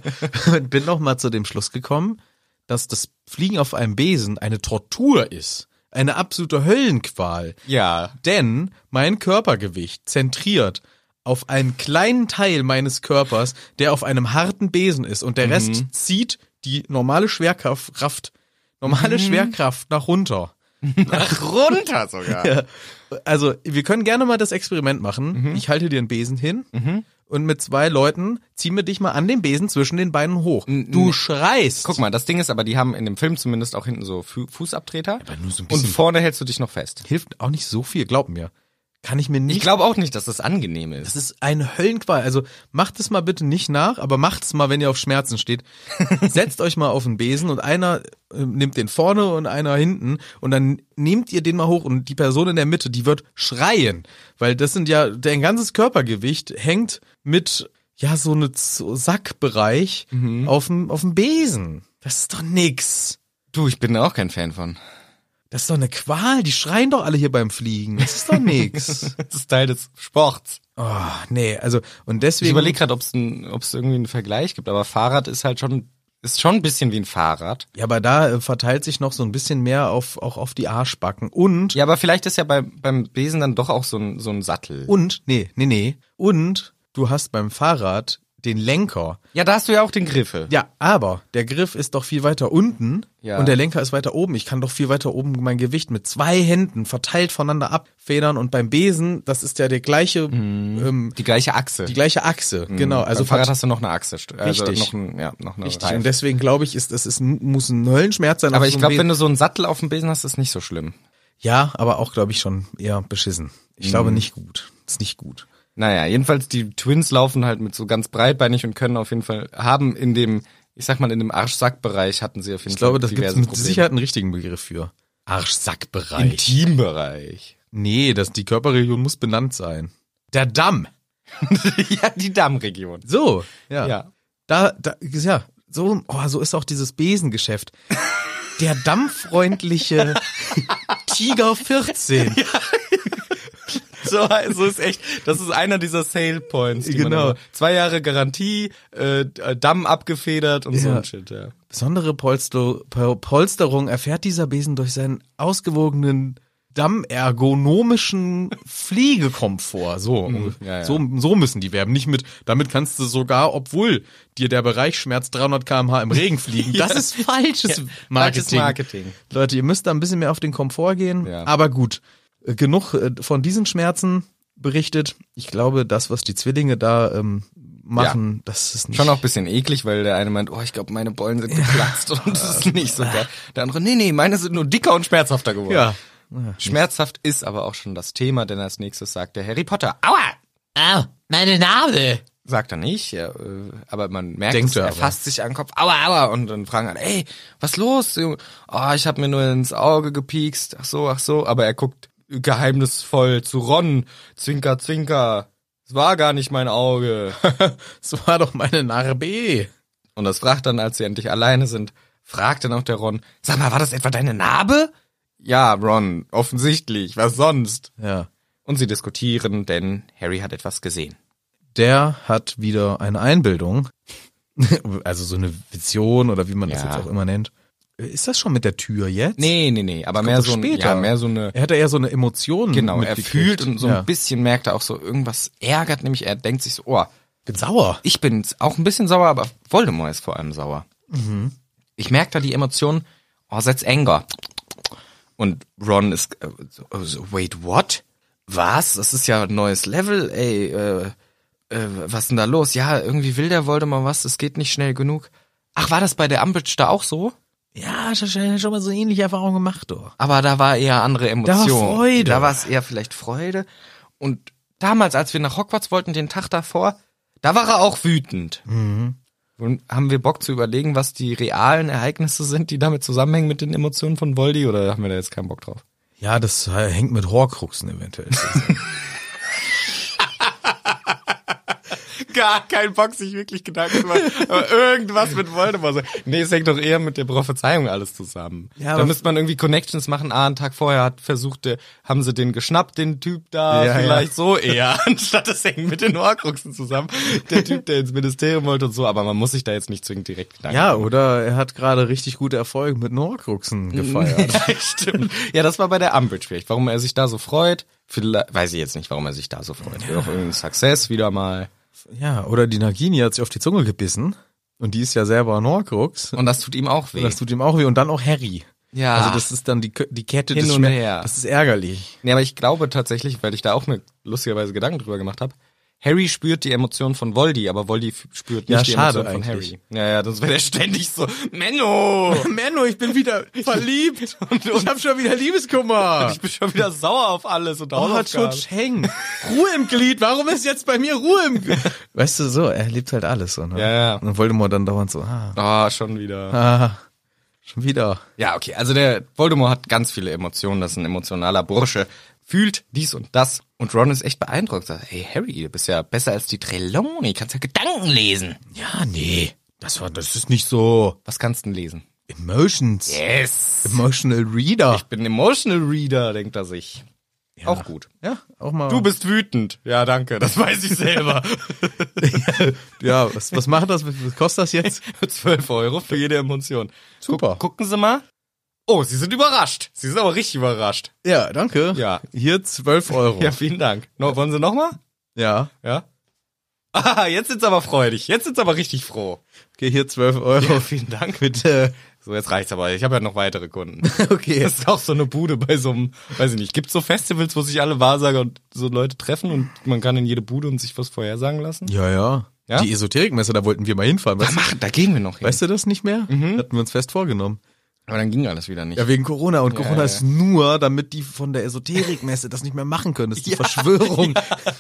B: und bin noch mal zu dem Schluss gekommen, dass das Fliegen auf einem Besen eine Tortur ist, eine absolute Höllenqual.
A: Ja.
B: Denn mein Körpergewicht zentriert auf einen kleinen Teil meines Körpers, der auf einem harten Besen ist und der Rest zieht die normale Schwerkraft, normale Schwerkraft nach runter.
A: Nach runter sogar.
B: Also, wir können gerne mal das Experiment machen. Ich halte dir einen Besen hin und mit zwei Leuten ziehen wir dich mal an den Besen zwischen den Beinen hoch. Du schreist.
A: Guck mal, das Ding ist aber, die haben in dem Film zumindest auch hinten so Fu Fußabtreter.
B: Aber nur so ein
A: und
B: bisschen.
A: vorne hältst du dich noch fest.
B: hilft auch nicht so viel, glaub mir. Kann ich mir nicht.
A: Ich glaube auch nicht, dass das angenehm ist.
B: das ist eine Höllenqual. Also macht es mal bitte nicht nach, aber macht es mal, wenn ihr auf Schmerzen steht. Setzt euch mal auf den Besen und einer äh, nimmt den vorne und einer hinten und dann nehmt ihr den mal hoch und die Person in der Mitte, die wird schreien, weil das sind ja dein ganzes Körpergewicht hängt mit ja so einem Sackbereich auf dem auf dem Besen. Das ist doch nix.
A: Du, ich bin da auch kein Fan von.
B: Das ist doch eine Qual, die schreien doch alle hier beim Fliegen. Das ist doch nix.
A: Das ist Teil des Sports.
B: Oh, nee, also und deswegen
A: Ich überlege gerade, ob es irgendwie einen Vergleich gibt, aber Fahrrad ist halt schon, ist schon ein bisschen wie ein Fahrrad.
B: Ja, aber da äh, verteilt sich noch so ein bisschen mehr auf, auch auf die Arschbacken. Und,
A: Ja, aber vielleicht ist ja bei, beim Besen dann doch auch so ein, so ein Sattel.
B: und, nee, nee, nee. Und du hast beim Fahrrad den Lenker.
A: Ja, da hast du ja auch den Griffel.
B: Ja, aber der Griff ist doch viel weiter unten
A: Ja.
B: und der Lenker ist weiter oben. Ich kann doch viel weiter oben mein Gewicht mit zwei Händen verteilt voneinander abfedern und beim Besen, das ist ja der gleiche, ähm,
A: Die gleiche Achse.
B: die gleiche Achse. Genau, also
A: Mhm. beim Fahrrad hast du noch eine Achse. st- Also
B: Richtig.
A: Noch ein, ja, noch eine
B: richtig.
A: Reifen.
B: Und deswegen glaube ich, ist, das ist, ein- muss ein Höllenschmerz sein.
A: aber
B: auf
A: ich
B: so einem
A: glaube,
B: Besen.
A: wenn du so einen Sattel auf dem Besen hast, ist nicht so schlimm.
B: Ja, aber auch, glaube ich, schon eher beschissen.
A: Mhm.
B: Ich glaube, nicht gut. Ist nicht gut.
A: Naja, jedenfalls die Twins laufen halt mit so ganz breitbeinig und können auf jeden Fall, haben in dem, ich sag mal, in dem Arschsackbereich hatten sie auf jeden
B: Ich glaube, das gibt
A: diverse
B: mit
A: Probleme.
B: Sicherheit einen richtigen Begriff für. Arschsackbereich.
A: Intimbereich.
B: Nee, das, die Körperregion muss benannt sein. Der Damm.
A: ja, die Dammregion.
B: So. Ja.
A: Ja.
B: Da, da, ja. So, oh, so ist auch dieses Besengeschäft. Der dammfreundliche Tiger 14.
A: So, so ist echt, das ist einer dieser Sale Points. die man
B: Genau.
A: immer- Zwei Jahre Garantie, äh, Damm abgefedert und so
B: Ja.
A: ein Shit, ja.
B: Besondere Polster, Pol- Polsterung erfährt dieser Besen durch seinen ausgewogenen dammergonomischen Fliegekomfort. So,
A: Mhm. ja, ja.
B: so, so müssen die werben. Nicht mit, damit kannst du sogar, obwohl dir der Bereich schmerzt, 300 km/h im Regen fliegen. Das ist falsches Marketing.
A: Falsches Marketing.
B: Leute, ihr müsst da ein bisschen mehr auf den Komfort gehen.
A: Ja.
B: Aber gut, äh, genug äh, von diesen Schmerzen berichtet. Ich glaube, das, was die Zwillinge da ähm, machen, das ist nicht
A: Schon auch ein bisschen eklig, weil der eine meint, oh, ich glaube, meine Beulen sind geplatzt und das ist nicht so geil. Der andere, nee, nee, meine sind nur dicker und schmerzhafter geworden.
B: Ja.
A: Schmerzhaft ist aber auch schon das Thema, denn als nächstes sagt der Harry Potter, aua!
C: Au, meine Nase.
A: sagt er nicht, ja, äh, aber man merkt,
B: Denkt
A: es,
B: er
A: er,
B: aber.
A: fasst sich an den Kopf, aua, aua, und dann fragen alle, ey, was los, Junge? Oh, ich hab mir nur ins Auge gepiekst, ach so, ach so, aber er guckt geheimnisvoll zu Ron, zwinker, zwinker, es war gar nicht mein Auge.
B: Das war doch meine Narbe. eh.
A: und das fragt dann, als sie endlich alleine sind, fragt dann auch der Ron, sag mal, war das etwa deine Narbe? Ja, Ron, offensichtlich, was sonst?
B: Ja.
A: Und sie diskutieren, denn Harry hat etwas gesehen.
B: Der hat wieder eine Einbildung. Also so eine Vision oder wie man das
A: Ja.
B: jetzt auch immer nennt. Ist das schon mit der Tür jetzt?
A: Nee, nee, nee, aber mehr
B: kommt
A: so, ein,
B: später.
A: ja, mehr so eine
B: Er hat ja eher so eine Emotion.
A: Genau, er
B: mitgekriegt.
A: fühlt und so
B: ja.
A: ein bisschen merkt er auch so, irgendwas ärgert nämlich, er denkt sich so, oh,
B: Bin sauer.
A: ich bin auch ein bisschen sauer, aber Voldemort ist vor allem sauer. Ich merke da die Emotion, oh, that's anger. Und Ron ist, äh, so, äh, so, wait, what? Was? Das ist ja ein neues Level, ey, äh, äh, was denn da los? Ja, irgendwie will der Voldemort was, es geht nicht schnell genug. Ach, war das bei der Umbridge da auch so?
B: Ja, ich habe schon mal so ähnliche Erfahrungen gemacht, doch.
A: Aber da war eher andere
B: war
A: Emotion.
B: Freude.
A: Da war es eher vielleicht Freude. Und damals, als wir nach Hogwarts wollten, den Tag davor, da war er auch wütend.
B: Mhm.
A: Und haben wir Bock zu überlegen, was die realen Ereignisse sind, die damit zusammenhängen mit den Emotionen von Voldy? Oder haben wir da jetzt keinen Bock drauf?
B: Ja, das äh, hängt mit Horcruxen eventuell.
A: Gar keinen Bock, sich wirklich Gedanken zu machen. Aber irgendwas mit Voldemort. Nee, es hängt doch eher mit der Prophezeiung alles zusammen.
B: Ja,
A: da
B: aber-
A: müsste man irgendwie Connections machen. Ah, einen Tag vorher hat versucht, der- haben sie den geschnappt, den Typ da,
B: Ja,
A: vielleicht so eher, anstatt das hängt mit den Horcruxen zusammen. Der Typ, der ins Ministerium wollte und so, aber man muss sich da jetzt nicht zwingend direkt Gedanken
B: ja, oder er hat gerade richtig gute Erfolge mit den Horcruxen gefeiert.
A: Ja, stimmt. Ja, das war bei der Umbridge vielleicht. Warum er sich da so freut, vielleicht, weiß ich jetzt nicht, warum er sich da so freut. Ja. Auch irgendein Success wieder mal.
B: ja, oder die Nagini hat sich auf die Zunge gebissen und die ist ja selber ein Horcrux.
A: Und das tut ihm auch weh.
B: Das tut ihm auch weh und dann auch Harry.
A: Ja.
B: Also das ist dann die, Kö- die Kette
A: Hin
B: des
A: und
B: Schmer-
A: her.
B: Das ist ärgerlich.
A: Nee, aber ich glaube tatsächlich, weil ich da auch mir lustigerweise Gedanken drüber gemacht habe, Harry spürt die Emotionen von Voldy, aber Voldy f- spürt
B: Ja,
A: nicht die
B: schade
A: Emotionen von
B: eigentlich.
A: Harry. Ja, ja, das wäre der ständig so, Menno!
B: Oh, Menno, ich bin wieder verliebt. ich habe schon wieder Liebeskummer.
A: Ich bin schon wieder sauer auf alles und
B: Oh,
A: Hausaufgaben.
B: Tutsch, häng. Ruhe im Glied. Warum ist jetzt bei mir Ruhe im Glied? Weißt du, so, er lebt halt alles. So, ne?
A: Ja, ja.
B: Und Voldemort dann dauernd so, ah,
A: Ah, schon wieder.
B: ah, schon wieder.
A: Ja, okay, also der Voldemort hat ganz viele Emotionen, das ist ein emotionaler Bursche, fühlt dies und das. Und Ron ist echt beeindruckt, sagt, hey Harry, du bist ja besser als die Trelawney, kannst ja Gedanken lesen.
B: Ja, nee. Das war, das ist nicht so.
A: Was kannst du denn lesen?
B: Emotions.
A: Yes!
B: Emotional Reader.
A: Ich bin Emotional Reader, denkt er sich. Auch gut.
B: Ja, auch mal.
A: Du bist wütend. Ja, danke. Das weiß ich selber.
B: ja, was, was macht das? Was kostet das jetzt?
A: 12 Euro für jede Emotion.
B: Super.
A: Guck- Gucken Sie mal. Oh, Sie sind überrascht. Sie sind aber richtig überrascht.
B: Ja, danke.
A: Ja.
B: Hier 12 Euro.
A: Ja, vielen Dank. No, wollen Sie nochmal?
B: ja.
A: Ja. Ah, jetzt sind's aber freudig. Jetzt sind's aber richtig froh.
B: Okay, hier 12 Euro.
A: Oh, vielen Dank.
B: Bitte.
A: So, jetzt reicht's aber. Ich habe ja noch weitere Kunden.
B: Okay.
A: Das ist auch so eine Bude bei so einem, weiß ich nicht, gibt's so Festivals, wo sich alle Wahrsager und so Leute treffen und man kann in jede Bude und sich was vorhersagen lassen?
B: Ja, ja.
A: Ja?
B: Die Esoterikmesse, da wollten wir mal hinfahren. Weißt,
A: machen, da gehen wir noch hin.
B: weißt du das nicht mehr? Hatten wir uns fest vorgenommen.
A: Aber dann ging alles wieder nicht.
B: Mhm. Ja, wegen Corona. Und Corona
A: ja,
B: ist nur, damit die von der Esoterikmesse das nicht mehr machen können. Das ist die Verschwörung.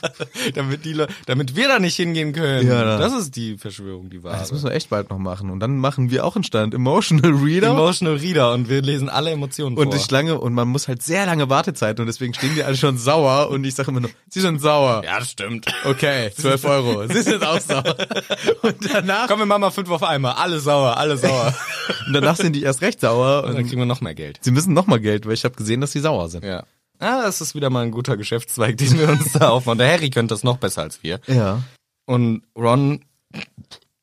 A: damit, die Le damit wir da nicht hingehen können.
B: Ja, da.
A: das ist die Verschwörung, die wahre.
B: Das müssen wir echt bald noch machen. Und dann machen wir auch einen Stand. Emotional Reader.
A: Emotional Reader und wir lesen alle Emotionen
B: und
A: vor.
B: ich lange, und man muss halt sehr lange Wartezeiten und deswegen stehen die alle schon sauer und ich sage immer nur, sie sind sauer.
A: ja, das stimmt.
B: Okay, 12 Euro. Sie sind auch sauer. Und danach,
A: Komm, wir machen mal fünf auf einmal. Alle sauer, alle sauer.
B: und danach sind die erst recht sauer
A: und dann
B: und
A: kriegen wir noch mehr Geld.
B: sie müssen nochmal Geld, weil ich habe gesehen, dass sie sauer sind.
A: Ja. Ah, das ist wieder mal ein guter Geschäftszweig, den wir uns da aufmachen. Der Harry könnte das noch besser als wir.
B: Ja.
A: Und Ron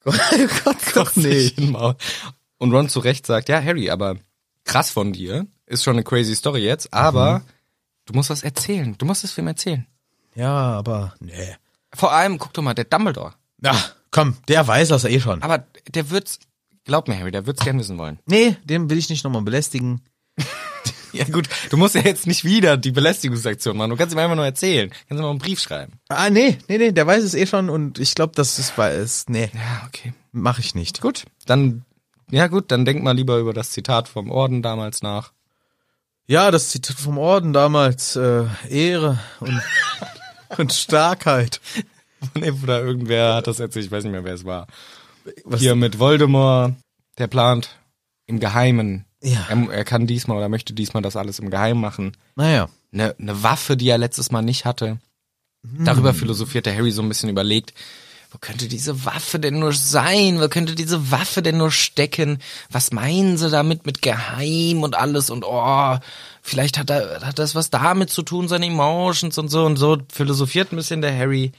B: Gott, doch
A: sich in den Maul. Und Ron zu Recht sagt, ja, Harry, aber krass von dir. Ist schon eine crazy Story jetzt, aber
B: Mhm.
A: du musst was erzählen. Du musst es ihm erzählen.
B: Ja, aber, nee.
A: Vor allem, guck doch mal, der Dumbledore.
B: Na, komm, der weiß das eh schon.
A: Aber der wird's, glaub mir, Harry, der wird's gern wissen wollen.
B: Nee, den will ich nicht nochmal belästigen.
A: Ja gut, du musst ja jetzt nicht wieder die Belästigungsaktion machen. Du kannst ihm einfach nur erzählen. Du kannst ihm auch einen Brief schreiben.
B: Ah, nee, nee, nee, der weiß es eh schon und ich glaube, das ist bei es. Nee,
A: Ja, okay.
B: mache ich nicht.
A: Gut, dann, ja gut, dann denk mal lieber über das Zitat vom Orden damals nach.
B: Ja, das Zitat vom Orden damals, äh, Ehre und, und Starkheit.
A: Oder irgendwer hat das erzählt, ich weiß nicht mehr, wer es war. Hier mit Voldemort, der plant im Geheimen.
B: Ja.
A: Er, er kann diesmal oder möchte diesmal das alles im Geheimen machen.
B: Naja.
A: Eine, eine ne, Waffe, die er letztes Mal nicht hatte. Darüber philosophiert der Harry so ein bisschen überlegt, wo könnte diese Waffe denn nur sein? Wo könnte diese Waffe denn nur stecken? Was meinen sie damit mit geheim und alles? Und oh, vielleicht hat, er, hat das was damit zu tun, seine Emotions und so und so. Philosophiert ein bisschen der Harry.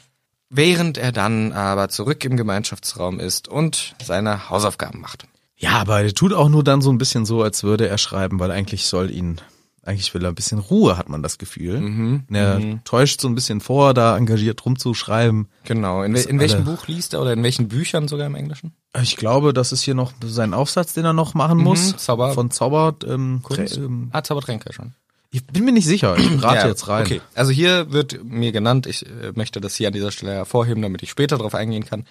A: Während er dann aber zurück im Gemeinschaftsraum ist und seine Hausaufgaben macht.
B: Ja, aber er tut auch nur dann so ein bisschen so, als würde er schreiben, weil eigentlich soll ihn, eigentlich will er ein bisschen Ruhe, hat man das Gefühl. Und er täuscht so ein bisschen vor, da engagiert rumzuschreiben.
A: Genau. In, in welchem Buch liest er oder in welchen Büchern sogar im Englischen?
B: Ich glaube, das ist hier noch sein Aufsatz, den er noch machen muss.
A: Zauber-
B: Von Mhm, Zauber. Ähm, Trä- ähm,
A: Ah, Zaubertränke schon.
B: ich bin mir nicht sicher. Ich rate
A: Ja,
B: jetzt rein.
A: Okay, also hier wird mir genannt, ich äh, möchte das hier an dieser Stelle hervorheben, damit ich später darauf eingehen kann.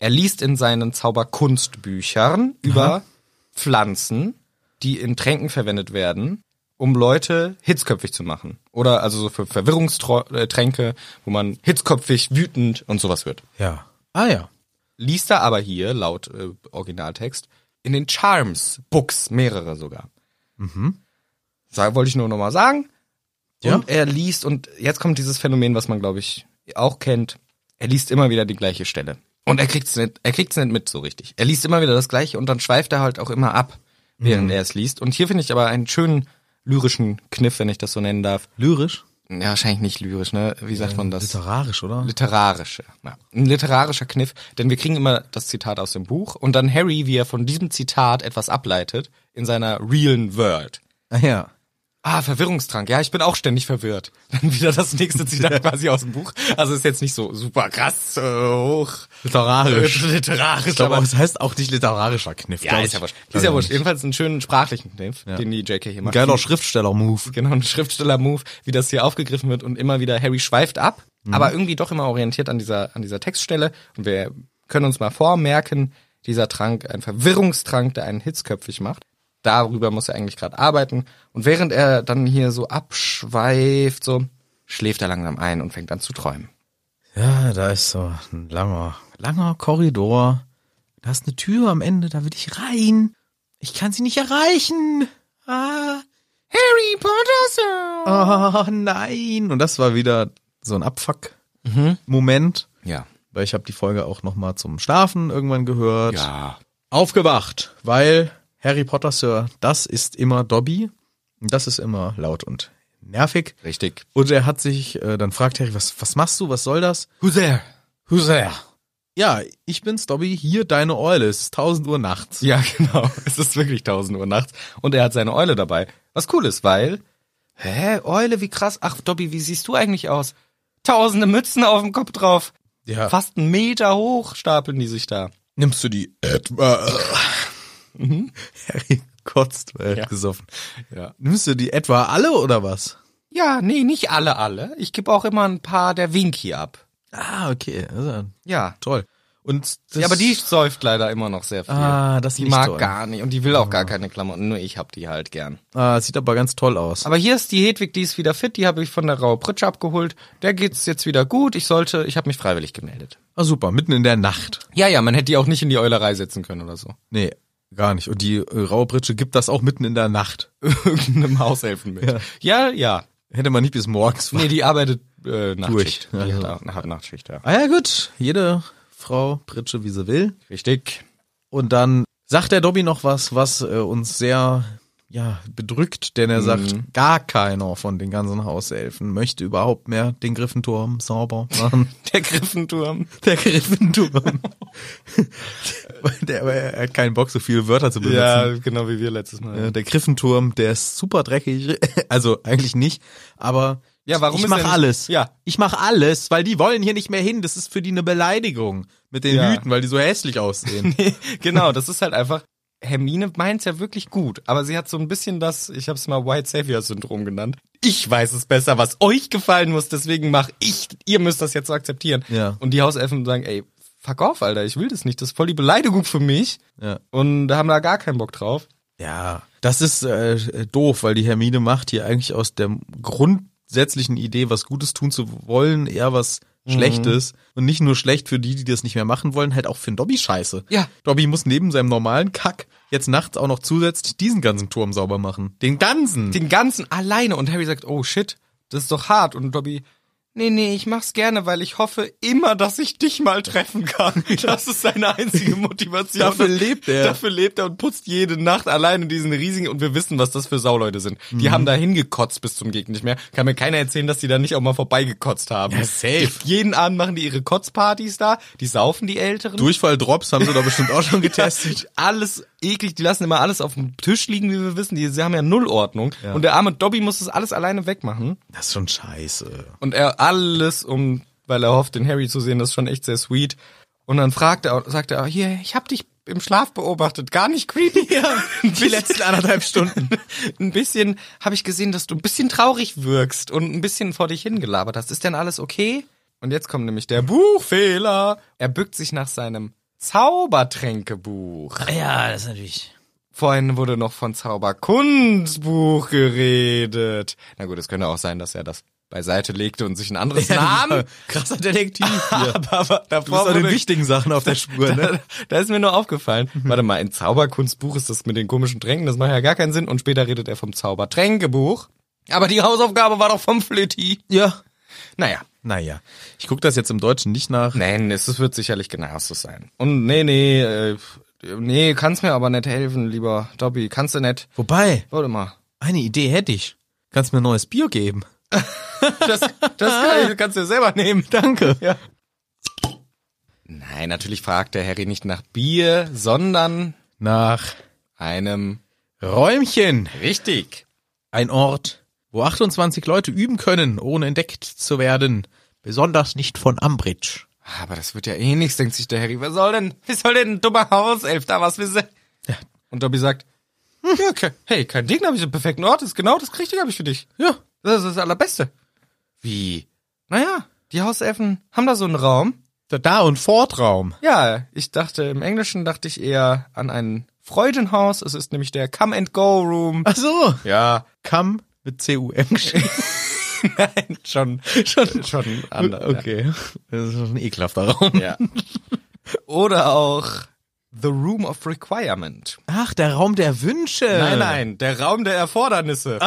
A: Er liest in seinen Zauberkunstbüchern über Pflanzen, die in Tränken verwendet werden, um Leute hitzköpfig zu machen. Oder also so für Verwirrungstränke, wo man hitzköpfig, wütend und sowas wird.
B: Ja. Ah ja.
A: Liest er aber hier, laut äh, Originaltext, in den Charms, Books, mehrere sogar. Mhm. Da wollte ich nur nochmal sagen.
B: Ja.
A: Und er liest, und jetzt kommt dieses Phänomen, was man, glaube ich, auch kennt. Er liest immer wieder die gleiche Stelle. Und er kriegt's nicht, er kriegt's nicht mit so richtig. Er liest immer wieder das Gleiche und dann schweift er halt auch immer ab, während er es liest. Und hier finde ich aber einen schönen lyrischen Kniff, wenn ich das so nennen darf.
B: Lyrisch?
A: Ja, wahrscheinlich nicht lyrisch, ne? Wie sagt man das?
B: Literarisch, oder?
A: literarische. Ja. Ein literarischer Kniff, denn wir kriegen immer das Zitat aus dem Buch und dann Harry, wie er von diesem Zitat etwas ableitet in seiner realen World.
B: Ah ja.
A: Ah, Verwirrungstrank. Ja, ich bin auch ständig verwirrt. Dann wieder das nächste Zitat quasi aus dem Buch. Also ist jetzt nicht so super krass äh, hoch äh,
B: Literarisch.
A: literarisch,
B: Ich glaube,
A: aber
B: es heißt auch nicht literarischer Kniff.
A: ja,
B: glaub
A: ist
B: ich.
A: ja wurscht.
B: Glaub
A: Ist
B: ich
A: ja
B: nicht.
A: wurscht. Jedenfalls einen schönen sprachlichen Kniff, den die JK hier macht.
B: Geiler Schriftsteller-Move.
A: Genau, ein Schriftsteller-Move, wie das hier aufgegriffen wird und immer wieder Harry schweift ab, aber irgendwie doch immer orientiert an dieser, an dieser Textstelle. Und wir können uns mal vormerken, dieser Trank, ein Verwirrungstrank, der einen hitzköpfig macht. Darüber muss er eigentlich gerade arbeiten. Und während er dann hier so abschweift, so schläft er langsam ein und fängt an zu träumen.
B: Ja, da ist so ein langer, langer Korridor. Da ist eine Tür am Ende, da will ich rein. Ich kann sie nicht erreichen. Ah,
A: Harry Potter!
B: oh nein. Und das war wieder so ein Abfuck-Moment,
A: Ja.
B: weil ich habe die Folge auch nochmal zum Schlafen irgendwann gehört.
A: Ja.
B: Aufgewacht, weil Harry Potter Sir, das ist immer Dobby. Und Das ist immer laut und nervig.
A: Richtig.
B: Und er hat sich, äh, dann fragt Harry, was, was machst du, was soll das?
A: Who's there?
B: Who's there? Ja, ich bin's, Dobby, hier deine Eule. Es ist 1000 Uhr nachts.
A: Ja, genau. Es ist wirklich 1000 Uhr nachts. Und er hat seine Eule dabei. Was cool ist, weil. Hä? Eule, wie krass. Ach, Dobby, wie siehst du eigentlich aus? Tausende Mützen auf dem Kopf drauf.
B: Ja.
A: Fast einen Meter hoch stapeln die sich da.
B: Nimmst du die etwa... Harry kotzt, weil er
A: Mhm. Ja.
B: hat gesoffen.
A: Ja.
B: Nimmst du die etwa alle oder was?
A: Ja, nee, nicht alle, alle. Ich gebe auch immer ein paar der Winky ab.
B: Ah, okay. Das ist ja
A: Ja.
B: toll. Und das,
A: ja, aber die säuft leider immer noch sehr viel.
B: Ah, das ist
A: die
B: nicht
A: mag
B: toll.
A: gar nicht und die will auch gar keine Klamotten, nur ich hab die halt gern.
B: Ah, sieht aber ganz toll aus.
A: Aber hier ist die Hedwig, die ist wieder fit, die habe ich von der Raue Pritsche abgeholt. Der geht's jetzt wieder gut. Ich sollte, ich habe mich freiwillig gemeldet.
B: Ah, super, mitten in der Nacht.
A: Ja, ja, man hätte die auch nicht in die Eulerei setzen können oder so.
B: Nee, gar nicht. Und die äh, raue Pritsche gibt das auch mitten in der Nacht.
A: Irgendeinem Haushelfen mit. Ja, ja.
B: Hätte man nicht bis morgens
A: Nee, die arbeitet äh, Nachtschicht.
B: Durch.
A: Die
B: Also.
A: hat, hat Nachtschicht, ja.
B: Ah ja, gut. Jede Frau Pritsche, wie sie will.
A: Richtig.
B: Und dann sagt der Dobby noch was, was äh, uns sehr ja, bedrückt, denn er
A: Mhm.
B: sagt, gar keiner von den ganzen Hauselfen möchte überhaupt mehr den Griffenturm sauber machen.
A: Der Griffenturm.
B: der Griffenturm. Weil der, aber er hat keinen Bock, so viele Wörter zu benutzen.
A: Ja, genau wie wir letztes Mal.
B: Äh, Der Griffenturm, der ist super dreckig. Also eigentlich nicht, aber
A: Ja, warum
B: ich
A: ist
B: mache
A: er nicht-
B: alles.
A: Ja.
B: Ich mache alles, weil die wollen hier nicht mehr hin. Das ist für die eine Beleidigung mit den
A: Ja.
B: Hüten, weil die so hässlich aussehen.
A: genau, das ist halt einfach. Hermine meint's ja wirklich gut, aber sie hat so ein bisschen das, ich habe es mal White Savior Syndrom genannt. Ich weiß es besser, was euch gefallen muss, deswegen mach ich, ihr müsst das jetzt so akzeptieren.
B: Ja.
A: Und die Hauselfen sagen, ey, fuck off, Alter, ich will das nicht, das ist voll die Beleidigung für mich.
B: Ja.
A: Und da haben da gar keinen Bock drauf.
B: Ja, das ist äh, äh, doof, weil die Hermine macht hier eigentlich aus der grundsätzlichen Idee, was Gutes tun zu wollen, eher was
A: Mhm.
B: Schlechtes. Und nicht nur schlecht für die, die das nicht mehr machen wollen, halt auch für den Dobby scheiße.
A: Ja.
B: Dobby muss neben seinem normalen Kack jetzt nachts auch noch zusätzlich diesen ganzen Turm sauber machen. Den ganzen!
A: Den ganzen alleine. Und Harry sagt, oh shit, das ist doch hart. Und Dobby, nee, nee, ich mach's gerne, weil ich hoffe immer, dass ich dich mal treffen kann. Das ist seine einzige Motivation.
B: Dafür lebt er.
A: Dafür lebt er und putzt jede Nacht alleine diesen riesigen, und wir wissen, was das für Sauleute sind.
B: Mhm.
A: Die haben da hingekotzt bis zum Gegend nicht mehr. Kann mir keiner erzählen, dass die da nicht auch mal vorbeigekotzt haben.
B: Ja, safe.
A: Die, jeden Abend machen die ihre Kotzpartys da, die saufen die Älteren.
B: Durchfall-Drops haben sie da bestimmt auch schon getestet.
A: alles eklig, die lassen immer alles auf dem Tisch liegen, wie wir wissen. Die, sie haben ja null Ordnung. Und der arme Dobby muss das alles alleine wegmachen.
B: Das ist schon scheiße.
A: Und er alles um, weil er hofft, den Harry zu sehen, das ist schon echt sehr sweet. Und dann fragt er, sagt er, hier, ich hab dich im Schlaf beobachtet, gar nicht creepy. Ja,
B: Die letzten anderthalb Stunden.
A: ein bisschen habe ich gesehen, dass du ein bisschen traurig wirkst und ein bisschen vor dich hingelabert hast. Ist denn alles okay? Und jetzt kommt nämlich der Buchfehler. Er bückt sich nach seinem Zaubertränkebuch.
B: Ja, das ist natürlich.
A: Vorhin wurde noch von Zauberkunstbuch geredet. Na gut, es könnte auch sein, dass er das beiseite legte und sich ein anderes Namen
B: genau. Krasser Detektiv hier.
A: Aber, aber
B: Du bist
A: davor
B: auch den
A: wurde,
B: wichtigen Sachen auf der Spur, ne?
A: da, da ist mir nur aufgefallen. Warte mal, ein Zauberkunstbuch ist das mit den komischen Tränken, das macht ja gar keinen Sinn. Und später redet er vom Zaubertränkebuch. Aber die Hausaufgabe war doch vom Flöti.
B: Ja.
A: Naja.
B: Naja. Ich guck das jetzt im Deutschen nicht nach.
A: Nein, es es wird sicherlich genauso sein. Und nee, nee, äh, nee, kannst mir aber nicht helfen, lieber Dobby. Kannst du nicht.
B: Wobei,
A: Warte mal.
B: eine Idee hätte ich. Kannst mir ein neues Bier geben?
A: Das, das kann ich, kannst du dir selber nehmen.
B: Danke. Ja.
A: Nein, natürlich fragt der Harry nicht nach Bier, sondern
B: Nach
A: einem.
B: Räumchen.
A: Richtig.
B: Ein Ort, wo 28 Leute üben können, ohne entdeckt zu werden. Besonders nicht von Ambridge.
A: Aber das wird ja eh nichts, denkt sich der Harry. Wer soll denn, wie soll denn ein dummer Hauself da was wissen? Und Dobby sagt, hm, ja, okay. hey, kein Ding, habe ich den perfekten Ort, ist genau das Richtige habe ich für dich.
B: Ja.
A: Das ist das Allerbeste. Wie? Naja, die Hauselfen haben da so einen Raum.
B: Da, da und Fortraum.
A: Ja, ich dachte, im Englischen dachte ich eher an ein Freudenhaus. Es ist nämlich der Come-and-Go-Room.
B: Ach so.
A: Ja,
B: Come mit C-U-M geschrieben.
A: nein, schon, schon, schon anders. ja.
B: Okay. Das ist ein ekelhafter Raum.
A: Ja. Oder auch The Room of Requirement.
B: Ach, der Raum der Wünsche.
A: Nein, nein, der Raum der Erfordernisse.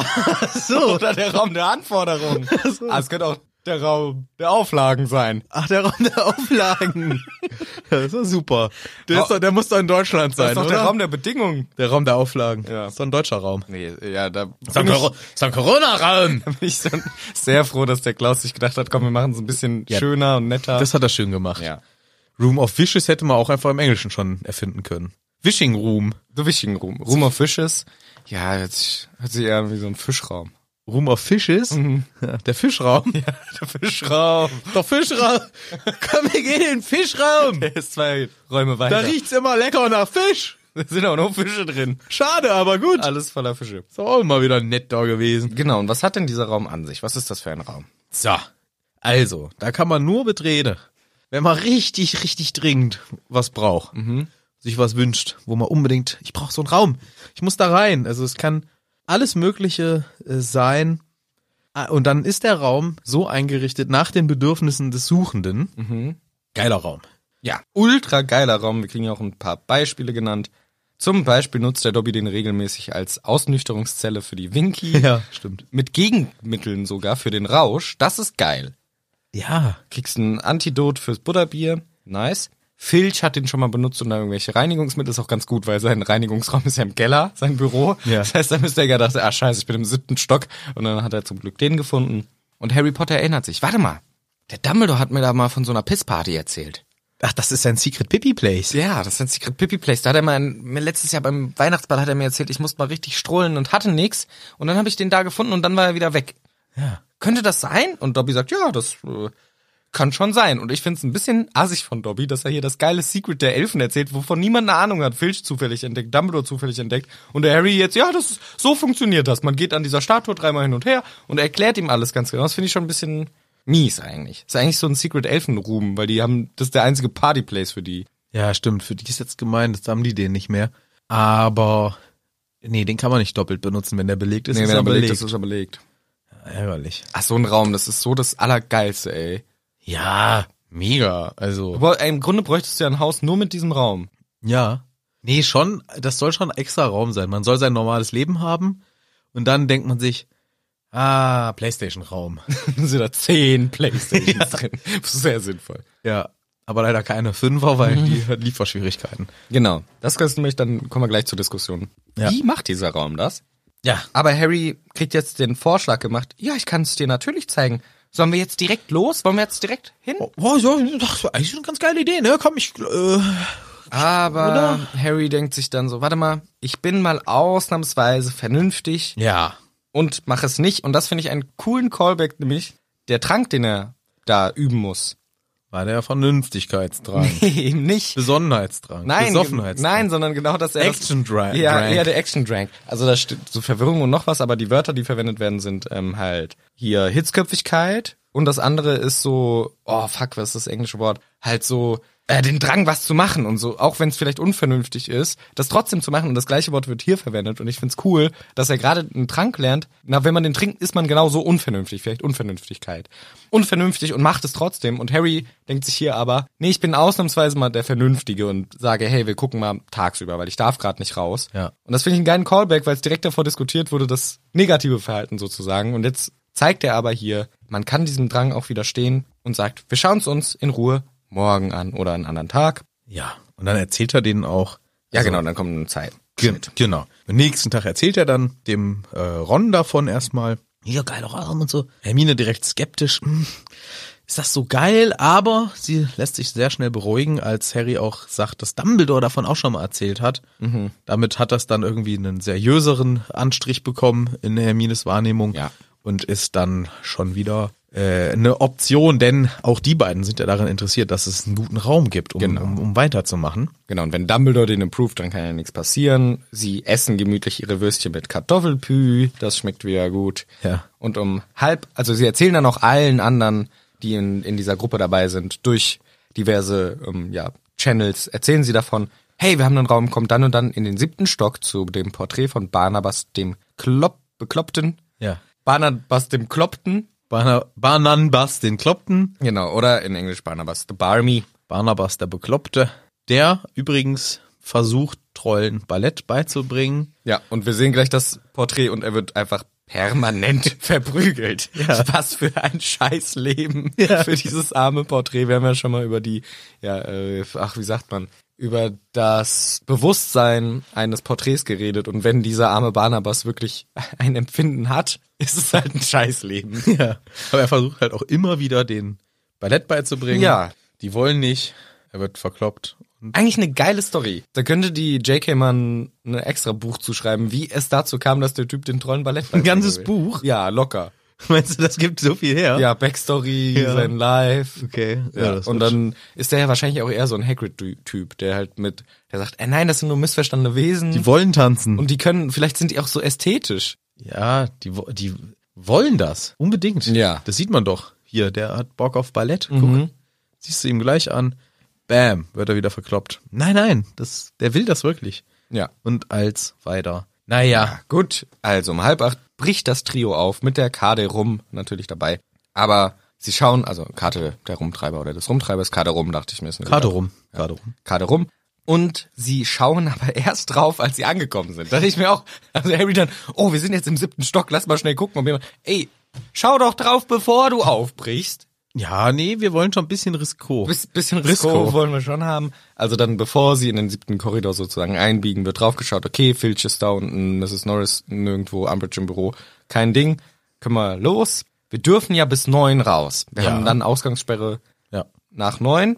B: So.
A: Oder der Raum der Anforderungen.
B: so.
A: Ah, es könnte auch der Raum der Auflagen sein.
B: Ach, der Raum der Auflagen. das ist doch super. Der,
A: Ra-
B: ist doch, der muss doch in Deutschland sein,
A: Das ist doch
B: oder?
A: der Raum der Bedingungen.
B: der Raum der Auflagen.
A: Ja.
B: Das ist doch ein deutscher Raum.
A: Nee, ja, da bin
B: Das
A: ich,
B: ist ein Corona-Raum.
A: da bin ich schon sehr froh, dass der Klaus sich gedacht hat, komm, wir machen es ein bisschen
B: Ja.
A: schöner und netter.
B: Das hat er schön gemacht.
A: ja.
B: Room of Wishes hätte man auch einfach im Englischen schon erfinden können. Wishing Room.
A: The Wishing Room. Room of Fishes. Ja, jetzt hört sich eher wie so ein Fischraum.
B: Room of Fishes. Ja, Der Fischraum.
A: Ja, der Fischraum.
B: Mhm. Doch Fischraum. Komm, wir gehen in den Fischraum.
A: Der ist zwei Räume
B: Da
A: weiter.
B: riecht's immer lecker nach Fisch.
A: Da sind auch noch Fische drin.
B: Schade, aber gut.
A: Alles voller Fische.
B: Ist auch mal wieder nett da gewesen.
A: Genau, und was hat denn dieser Raum an sich? Was ist das für ein Raum?
B: So. Also, da kann man nur betreten, wenn man richtig, richtig dringend was braucht. Sich was wünscht, wo man unbedingt, ich brauche so einen Raum. Ich muss da rein. Also es kann alles Mögliche äh, sein. Ah, Und dann ist der Raum so eingerichtet nach den Bedürfnissen des Suchenden. Geiler Raum.
A: Ja, ultra geiler Raum. Wir kriegen ja auch ein paar Beispiele genannt. Zum Beispiel nutzt der Dobby den regelmäßig als Ausnüchterungszelle für die Winky.
B: Ja, stimmt.
A: Mit Gegenmitteln sogar für den Rausch. Das ist geil.
B: Ja.
A: Kriegst ein Antidot fürs Butterbier. Nice. Filch hat den schon mal benutzt und da irgendwelche Reinigungsmittel. Ist auch ganz gut, weil sein Reinigungsraum ist ja im Keller, sein Büro.
B: Ja.
A: Das heißt, da müsste er ja dachte, ah scheiße, ich bin im siebten Stock. Und dann hat er zum Glück den gefunden. Und Harry Potter erinnert sich. Warte mal. Der Dumbledore hat mir da mal von so einer Pissparty erzählt.
B: Ach, das ist ein Secret Pippi Place.
A: Ja, das ist ein Secret Pippi Place. Da hat er mal ein- mir letztes Jahr beim Weihnachtsball hat er mir erzählt, ich musste mal richtig strohlen und hatte nix. Und dann habe ich den da gefunden und dann war er wieder weg.
B: Ja.
A: Könnte das sein? Und Dobby sagt, ja, das äh, kann schon sein. Und ich finde es ein bisschen assig von Dobby, dass er hier das geile Secret der Elfen erzählt, wovon niemand eine Ahnung hat. Filch zufällig entdeckt, Dumbledore zufällig entdeckt. Und der Harry jetzt, ja, das ist, so funktioniert das. Man geht an dieser Statue dreimal hin und her und er erklärt ihm alles ganz genau. Das finde ich schon ein bisschen mies eigentlich. ist eigentlich so ein Secret Elfen-Ruhm, weil die haben, das ist der einzige Party-Place für die.
B: Ja, stimmt. Für die ist jetzt gemein, das haben die den nicht mehr. Aber nee, den kann man nicht doppelt benutzen, wenn der belegt ist.
A: Nee,
B: ist
A: wenn er belegt,
B: belegt.
A: ist, ist er belegt.
B: Ärgerlich.
A: Ach, so ein Raum, das ist so das Allergeilste, ey.
B: Ja, mega. Also.
A: Aber Im Grunde bräuchtest du ja ein Haus nur mit diesem Raum.
B: Ja. Nee, schon, das soll schon ein extra Raum sein. Man soll sein normales Leben haben und dann denkt man sich, ah, Playstation-Raum.
A: Dann sind da zehn Playstations drin. Sehr sinnvoll.
B: ja. Aber leider keine Fünfer, weil die hat Lieferschwierigkeiten.
A: Genau. Das kannst du nämlich, dann kommen wir gleich zur Diskussion.
B: Ja.
A: Wie macht dieser Raum das?
B: Ja.
A: Aber Harry kriegt jetzt den Vorschlag gemacht. Ja, ich kann es dir natürlich zeigen. Sollen wir jetzt direkt los? Wollen wir jetzt direkt hin?
B: Oh, ja, das ist eigentlich eine ganz geile Idee, ne? Komm, ich, äh,
A: Aber Harry denkt sich dann so, warte mal, ich bin mal ausnahmsweise vernünftig
B: Ja.
A: und mach es nicht. Und das finde ich einen coolen Callback, nämlich der Trank, den er da üben muss.
B: War der Vernünftigkeitsdrang.
A: Eben nicht.
B: Besonnenheitsdrang.
A: Nein,
B: Besoffenheitsdrang.
A: nein, sondern genau, dass er das
B: Action Drag.
A: Ja,
B: Drag.
A: ja, der Action Drank. Also da steht so Verwirrung und noch was, aber die Wörter, die verwendet werden, sind ähm, halt hier Hitzköpfigkeit und das andere ist so, oh fuck, was ist das englische Wort? Halt so äh, den Drang, was zu machen und so, auch wenn es vielleicht unvernünftig ist, das trotzdem zu machen und das gleiche Wort wird hier verwendet und ich find's cool, dass er gerade einen Trank lernt. Na, wenn man den trinkt, ist man genauso unvernünftig, vielleicht Unvernünftigkeit. Unvernünftig und macht es trotzdem und Harry denkt sich hier aber, nee, ich bin ausnahmsweise mal der Vernünftige und sage, hey, wir gucken mal tagsüber, weil ich darf gerade nicht raus.
B: Ja.
A: Und das finde ich einen geilen Callback, weil es direkt davor diskutiert wurde, das negative Verhalten sozusagen. Und jetzt zeigt er aber hier, man kann diesem Drang auch widerstehen und sagt, wir schauen es uns in Ruhe morgen an oder einen anderen Tag.
B: ja. Und dann erzählt er denen auch.
A: Ja,
B: also,
A: genau, dann kommt eine Zeit.
B: Ge genau. Am nächsten Tag erzählt er dann dem äh, Ron davon erstmal. Ja, geiler Raum und so. Hermine direkt skeptisch. Hm, ist das so geil? Aber sie lässt sich sehr schnell beruhigen, als Harry auch sagt, dass Dumbledore davon auch schon mal erzählt hat.
A: Mhm.
B: Damit hat das dann irgendwie einen seriöseren Anstrich bekommen in Hermines Wahrnehmung.
A: Ja.
B: Und ist dann schon wieder äh, eine Option, denn auch die beiden sind ja daran interessiert, dass es einen guten Raum gibt, um,
A: Genau.
B: um, um weiterzumachen.
A: Genau, und wenn Dumbledore den approved, dann kann ja nichts passieren. Sie essen gemütlich ihre Würstchen mit Kartoffelpü, das schmeckt wieder gut.
B: Ja.
A: Und um halb, also sie erzählen dann auch allen anderen, die in, in dieser Gruppe dabei sind, durch diverse ähm, ja, Channels, erzählen sie davon, hey, wir haben einen Raum, kommt dann und dann in den siebten Stock zu dem Porträt von Barnabas dem Klopp, Bekloppten.
B: Ja.
A: Barnabas dem Kloppten.
B: Barna- Barnabas den Kloppten,
A: Genau, oder in Englisch Barnabas the Barmy.
B: Barnabas der Bekloppte, der übrigens versucht, Trollen Ballett beizubringen.
A: Ja, und wir sehen gleich das Porträt und er wird einfach permanent verprügelt. Was für ein Scheißleben für dieses arme Porträt. Wir haben ja schon mal über die, ja, äh, ach, wie sagt man, über das Bewusstsein eines Porträts geredet. Und wenn dieser arme Barnabas wirklich ein Empfinden hat, ist es halt ein Scheißleben.
B: Ja. Aber er versucht halt auch immer wieder, den Ballett beizubringen.
A: Ja.
B: Die wollen nicht, er wird verkloppt. Und
A: Eigentlich eine geile Story. Da könnte die J.K. Mann ein extra Buch zuschreiben, wie es dazu kam, dass der Typ den Trollen Ballett Ein
B: ganzes Buch?
A: Ja, locker.
B: meinst du, das gibt so viel her? Ja.
A: Ja, Backstory,
B: Ja.
A: sein Life.
B: Okay. Ja,
A: Ja,
B: das
A: und
B: wird-
A: dann ist der ja wahrscheinlich auch eher so ein Hagrid-Typ, der halt mit, der sagt, äh, nein, das sind nur missverstandene Wesen.
B: Die wollen tanzen.
A: und die können, vielleicht sind die auch so ästhetisch.
B: ja, die, wo- die wollen das. Unbedingt.
A: Ja.
B: Das sieht man doch. Hier, der hat Bock auf Ballett. Guck. Siehst du ihm gleich an. Bam, wird er wieder verkloppt. Nein, nein, das, der will das wirklich.
A: Ja.
B: und als weiter. Naja,
A: Gut, also um halb acht bricht das Trio auf, mit der Kade rum natürlich dabei. Aber sie schauen, also Karte der Rumtreiber oder des Rumtreibers, Kade rum, dachte ich mir. ist eine
B: gerade
A: gute-
B: rum, gerade rum.
A: Kade rum. Und sie schauen aber erst drauf, als sie angekommen sind. Da dachte ich mir auch, also Harry dann, oh, wir sind jetzt im siebten Stock, lass mal schnell gucken, ob jemand, ey, schau doch drauf, bevor du aufbrichst.
B: Ja, nee, wir wollen schon ein bisschen Risiko.
A: Bis, bisschen Risiko,
B: Risiko.
A: wollen wir schon haben. Also dann, bevor sie in den siebten Korridor sozusagen einbiegen, wird draufgeschaut, okay, Filch ist da unten, Mrs. Norris nirgendwo, Umbridge im Büro, kein Ding, können wir los. Wir dürfen ja bis neun raus. Wir
B: Ja.
A: haben dann Ausgangssperre
B: Ja.
A: nach neun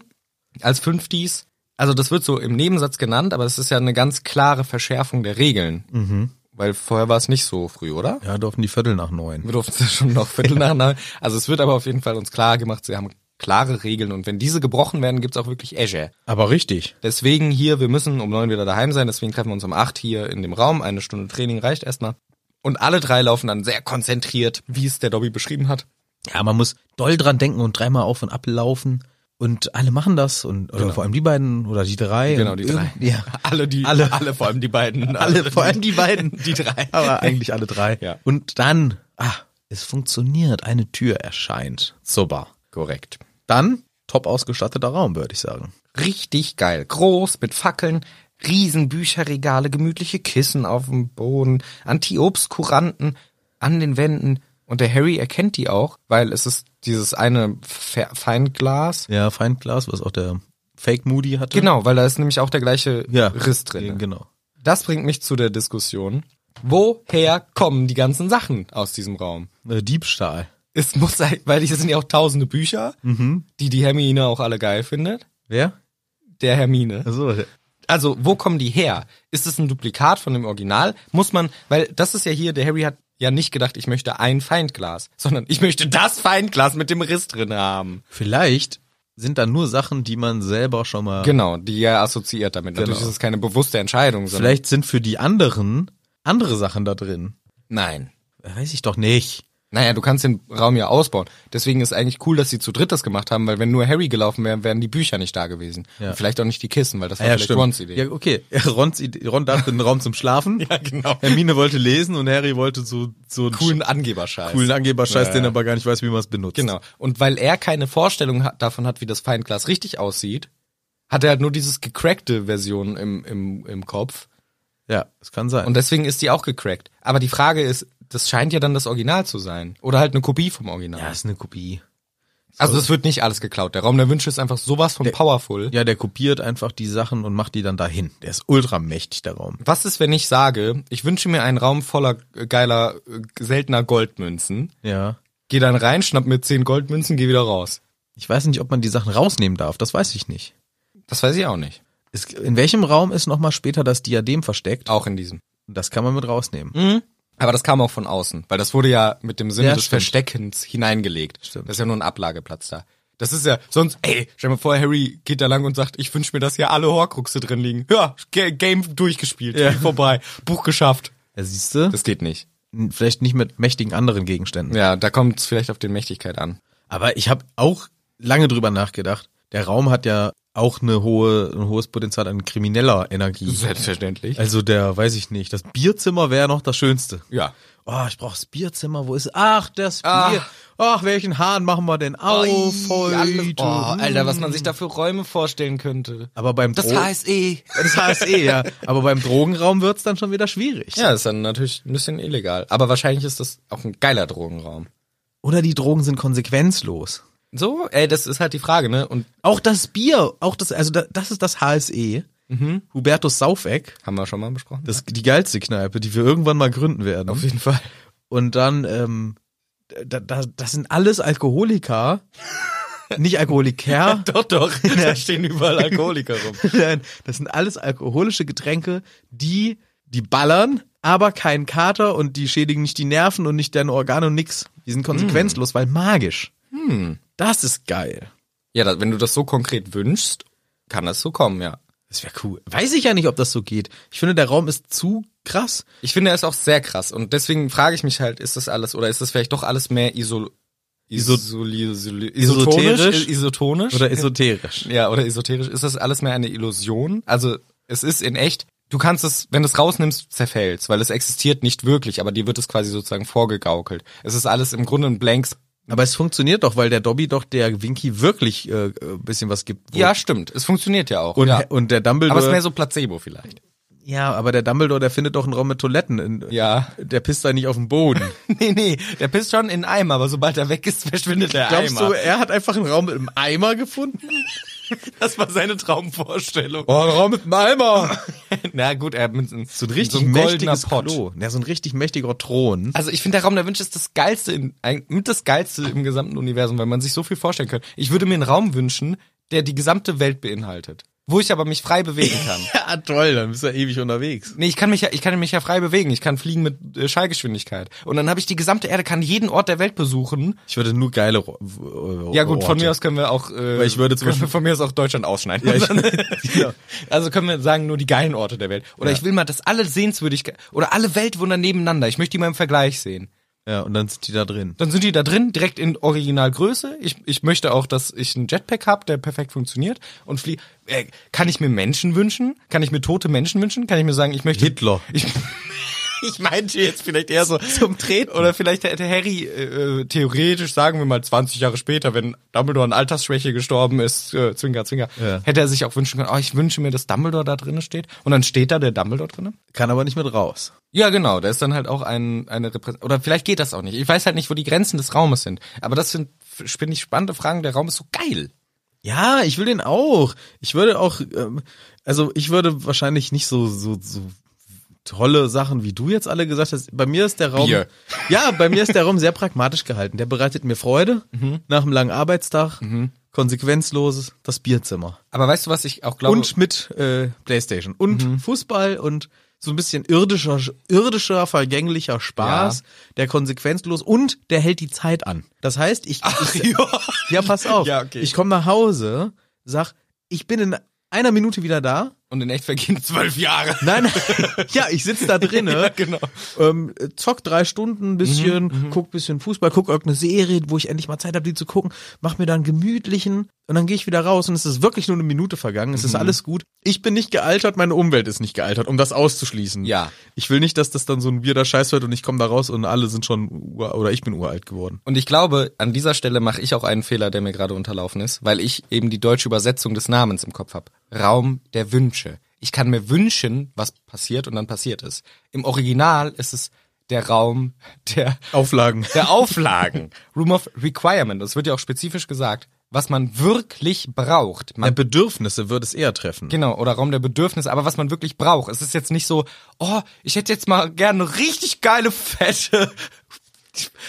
A: als fünftis. Also das wird so im Nebensatz genannt, aber es ist ja eine ganz klare Verschärfung der Regeln.
B: Mhm.
A: Weil vorher war es nicht so früh, oder?
B: Ja, durften die Viertel nach neun.
A: Wir durften es ja schon noch Viertel nach neun. Also es wird aber auf jeden Fall uns klar gemacht, sie haben klare Regeln und wenn diese gebrochen werden, gibt's auch wirklich Äsche.
B: Aber richtig.
A: Deswegen hier, wir müssen um neun wieder daheim sein, deswegen treffen wir uns um acht hier in dem Raum. Eine Stunde Training reicht erstmal. Und alle drei laufen dann sehr konzentriert, wie es der Dobby beschrieben hat.
B: Ja, man muss doll dran denken und dreimal auf und ablaufen. Und alle machen das und oder vor allem die beiden oder Genau. die drei.
A: Genau,
B: Und
A: die drei.
B: irgend- Ja.
A: Alle, die,
B: Alle.
A: alle, vor allem die beiden.
B: Alle, vor allem die beiden.
A: die drei.
B: Aber eigentlich alle drei.
A: Ja.
B: Und dann, ah, es funktioniert. Eine Tür erscheint. Super.
A: Korrekt.
B: Dann top ausgestatteter Raum, würde ich sagen.
A: Richtig geil. Groß, mit Fackeln, riesen Bücherregale, gemütliche Kissen auf dem Boden, Antiobskuranten an den Wänden. Und der Harry erkennt die auch, weil es ist dieses eine Fe- Feinglas.
B: Ja, Feindglas, was auch der Fake Moody hatte.
A: Genau, weil da ist nämlich auch der gleiche
B: Ja.
A: Riss drin. ne?
B: Genau.
A: Das bringt mich zu der Diskussion. Woher kommen die ganzen Sachen aus diesem Raum?
B: Äh, Diebstahl.
A: Es muss sein, weil hier sind ja auch tausende Bücher, die die Hermine auch alle geil findet.
B: Wer?
A: Der Hermine.
B: Also,
A: Also, wo kommen die her? Ist es ein Duplikat von dem Original? Muss man, weil das ist ja hier, der Harry hat ja nicht gedacht, ich möchte ein Feindglas, sondern ich möchte das Feindglas mit dem Riss drin haben.
B: vielleicht sind da nur Sachen, die man selber schon mal.
A: Genau, die er assoziiert damit. Natürlich
B: Genau.
A: ist es keine bewusste Entscheidung, sondern
B: vielleicht sind für die anderen andere Sachen da drin.
A: nein.
B: Weiß ich doch nicht.
A: Naja, du kannst den Raum ja ausbauen. Deswegen ist eigentlich cool, dass sie zu dritt das gemacht haben, weil wenn nur Harry gelaufen wäre, wären die Bücher nicht da gewesen.
B: Ja.
A: Und vielleicht auch nicht die Kissen, weil das war vielleicht Rons Idee.
B: Ja, okay. Rons Idee. Ron dachte, einen Raum zum Schlafen.
A: Ja, genau.
B: Hermine wollte lesen und Harry wollte so, so einen
A: Coolen Angeberscheiß.
B: coolen Angeberscheiß,
A: Ja,
B: den
A: ja.
B: er aber gar nicht weiß, wie man es benutzt.
A: Genau. Und weil er keine Vorstellung hat, davon hat, wie das Feinglas richtig aussieht, hat er halt nur dieses gecrackte Version im, im, im Kopf.
B: Ja, es kann sein.
A: Und deswegen ist die auch gecrackt. Aber die Frage ist, das scheint ja dann das Original zu sein. Oder halt eine Kopie vom Original.
B: ja, ist eine Kopie.
A: also es wird nicht alles geklaut. Der Raum der Wünsche ist einfach sowas von powerful.
B: Ja, der kopiert einfach die Sachen und macht die dann dahin. Der ist ultra mächtig, der Raum.
A: Was ist, wenn ich sage, ich wünsche mir einen Raum voller äh, geiler, äh, seltener Goldmünzen,
B: Ja.
A: geh dann rein, schnapp mir zehn Goldmünzen, geh wieder raus.
B: Ich weiß nicht, ob man die Sachen rausnehmen darf, das weiß ich nicht.
A: Das weiß ich auch nicht.
B: Es, in welchem Raum ist nochmal später das Diadem versteckt?
A: Auch in diesem.
B: Das kann man mit rausnehmen.
A: Mhm. Aber das kam auch von außen, weil das wurde ja mit dem Sinne
B: Ja,
A: des
B: stimmt.
A: Versteckens hineingelegt.
B: Stimmt.
A: Das ist ja nur ein Ablageplatz da. Das ist ja sonst, ey, stell dir mal vor, Harry geht da lang und sagt, ich wünsche mir, dass hier alle Horcruxe drin liegen. Ja, Ga- Game durchgespielt,
B: Ja.
A: Spiel vorbei, Buch geschafft.
B: Ja, siehst du?
A: Das geht nicht.
B: Vielleicht nicht mit mächtigen anderen Gegenständen.
A: Ja, da kommt es vielleicht auf den Mächtigkeit an.
B: Aber ich habe auch lange drüber nachgedacht. Der Raum hat ja auch eine hohe, ein hohes Potenzial an krimineller Energie.
A: Selbstverständlich.
B: Also der, weiß ich nicht, das Bierzimmer wäre noch das Schönste.
A: Ja.
B: Oh, ich brauche das Bierzimmer. Wo ist Ach, das
A: Ah.
B: Bier. Ach, welchen Hahn machen wir denn auf
A: Ui,
B: heute?
A: alles- Oh,
B: Mm.
A: Alter, was man sich da für Räume vorstellen könnte.
B: Aber beim
A: Oh.
B: Dro-
A: HSE.
B: das HSE, ja. Aber beim Drogenraum wird's dann schon wieder schwierig.
A: Ja, ist dann natürlich ein bisschen illegal. Aber wahrscheinlich ist das auch ein geiler Drogenraum.
B: Oder die Drogen sind konsequenzlos.
A: So, ey, das ist halt die Frage, ne? Und
B: Auch das Bier, auch das, also da, das ist das HSE.
A: Mhm.
B: Hubertus Saufeck.
A: haben wir schon mal besprochen?
B: Das die geilste Kneipe, die wir irgendwann mal gründen werden.
A: Auf jeden Fall.
B: Und dann, ähm, da, da, das sind alles Alkoholiker. Nicht Alkoholiker.
A: Doch, doch. Da stehen überall Alkoholiker rum.
B: Nein, das sind alles alkoholische Getränke, die, die ballern, aber keinen Kater und die schädigen nicht die Nerven und nicht deine Organe und nix. Die sind konsequenzlos,
A: Hm.
B: weil magisch. Das ist geil.
A: Ja, da, wenn du das so konkret wünschst, kann das so kommen, ja.
B: Das wäre cool. Weiß ich ja nicht, ob das so geht. Ich finde, der Raum ist zu krass.
A: Ich finde er ist auch sehr krass. Und deswegen frage ich mich halt, ist das alles oder ist das vielleicht doch alles mehr isol
B: Iso-
A: isoli- isoli- isotonisch?
B: Isoterisch?
A: Isotonisch?
B: Oder esoterisch.
A: Ja, oder esoterisch. Ist das alles mehr eine Illusion? Also, es ist in echt. Du kannst es, wenn du es rausnimmst, zerfällst, weil es existiert nicht wirklich, aber dir wird es quasi sozusagen vorgegaukelt. Es ist alles im Grunde ein Blanks.
B: Aber es funktioniert doch, weil der Dobby doch der Winky wirklich äh, ein bisschen was gibt. wo-
A: Ja, stimmt. Es funktioniert ja auch.
B: Und,
A: ja.
B: und
A: Aber es
B: der
A: ist
B: Dumbledore.
A: mehr so Placebo vielleicht.
B: ja, aber der Dumbledore, der findet doch einen Raum mit Toiletten. In,
A: Ja.
B: Der pisst da nicht auf den Boden.
A: nee, nee. Der pisst schon in den Eimer, aber sobald er weg ist, verschwindet der
B: Glaubst
A: Eimer.
B: du, er hat einfach einen Raum mit einem Eimer gefunden?
A: das war seine Traumvorstellung.
B: Oh, ein Raum mit einem Eimer.
A: Na gut, er hat mit so einem
B: So ein richtig
A: so einem goldener
B: mächtiges
A: Pott.
B: Klo. Ja, so ein richtig mächtiger Thron.
A: Also ich finde, der Raum der Wünsche ist das geilste, in, ein, mit das geilste im gesamten Universum, weil man sich so viel vorstellen kann. Ich würde mir einen Raum wünschen, der die gesamte Welt beinhaltet, wo ich aber mich frei bewegen kann.
B: Ja, toll, dann bist du ja ewig unterwegs.
A: Nee, ich kann mich ja, ich kann mich ja frei bewegen. Ich kann fliegen mit äh, Schallgeschwindigkeit. Und dann habe ich die gesamte Erde, kann jeden Ort der Welt besuchen.
B: Ich würde nur geile Ro- w- w-
A: Ja gut, von
B: Orte.
A: mir aus können wir auch. Äh,
B: Weil ich würde zum
A: können wir
B: Beispiel-
A: von mir aus auch Deutschland ausschneiden.
B: Ja, ich-
A: Und
B: Ja.
A: Also können wir sagen nur die geilen Orte der Welt. Oder
B: Ja.
A: ich will mal, dass alle Sehenswürdigkeiten oder alle Weltwunder nebeneinander. Ich möchte die mal im Vergleich sehen.
B: Ja, und dann sind die da drin.
A: Dann sind die da drin, direkt in Originalgröße. Ich, ich möchte auch, dass ich einen Jetpack habe, der perfekt funktioniert und flie äh, Kann ich mir Menschen wünschen? Kann ich mir tote Menschen wünschen? Kann ich mir sagen, ich möchte
B: Hitler.
A: Ich, ich meinte jetzt vielleicht eher so zum Treten. Oder vielleicht hätte Harry äh, äh, theoretisch, sagen wir mal 20 Jahre später, wenn Dumbledore an Altersschwäche gestorben ist, äh, Zwinker, Zwinker,
B: Ja.
A: hätte er sich auch wünschen können, oh, ich wünsche mir, dass Dumbledore da drinne steht. Und dann steht da der Dumbledore drinne.
B: Kann aber nicht mit raus.
A: Ja, genau, da ist dann halt auch ein, eine Repräsentation. Oder vielleicht geht das auch nicht. Ich weiß halt nicht, wo die Grenzen des Raumes sind. Aber das sind, finde ich, spannende Fragen. Der Raum ist so geil.
B: Ja, ich will den auch. Ich würde auch, ähm, also ich würde wahrscheinlich nicht so, so, so tolle Sachen, wie du jetzt alle gesagt hast. Bei mir ist der Raum,
A: Bier.
B: ja, bei mir ist der Raum sehr pragmatisch gehalten. Der bereitet mir Freude nach einem langen Arbeitstag, konsequenzloses, das Bierzimmer
A: Aber Mhm. weißt du, was ich auch glaube?
B: und mit äh, Playstation und Fußball und so ein bisschen irdischer, irdischer vergänglicher Spaß, der konsequenzlos und der hält die Zeit an. Das heißt, ich, ich
A: ja.
B: ja, pass auf.
A: Ja, okay.
B: Ich komme nach Hause, sag, ich bin in einer Minute wieder da.
A: Und in echt vergehen zwölf Jahre.
B: Nein, ja, ich sitz da
A: Ja,
B: drinnen,
A: genau.
B: ähm, zock drei Stunden ein bisschen,
A: Mhm,
B: guck bisschen Fußball, guck irgendeine Serie, wo ich endlich mal Zeit habe, die zu gucken, mach mir dann gemütlichen und dann gehe ich wieder raus und es ist wirklich nur eine Minute vergangen, es
A: Mhm.
B: ist alles gut. Ich bin nicht gealtert, meine Umwelt ist nicht gealtert, um das auszuschließen.
A: Ja.
B: Ich will nicht, dass das dann so ein weirder Scheiß wird und ich komme da raus und alle sind schon, ur- oder ich bin uralt geworden.
A: Und ich glaube, an dieser Stelle mache ich auch einen Fehler, der mir gerade unterlaufen ist, weil ich eben die deutsche Übersetzung des Namens im Kopf habe. Raum der Wünsche. Ich kann mir wünschen, was passiert und dann passiert ist. Im Original ist es der Raum der
B: Auflagen.
A: der Auflagen. Room of Requirement. Es wird ja auch spezifisch gesagt, was man wirklich braucht. Man,
B: Meine Bedürfnisse würde es eher treffen.
A: genau, oder Raum der Bedürfnisse, aber was man wirklich braucht. Es ist jetzt nicht so, oh, ich hätte jetzt mal gerne eine richtig geile, fette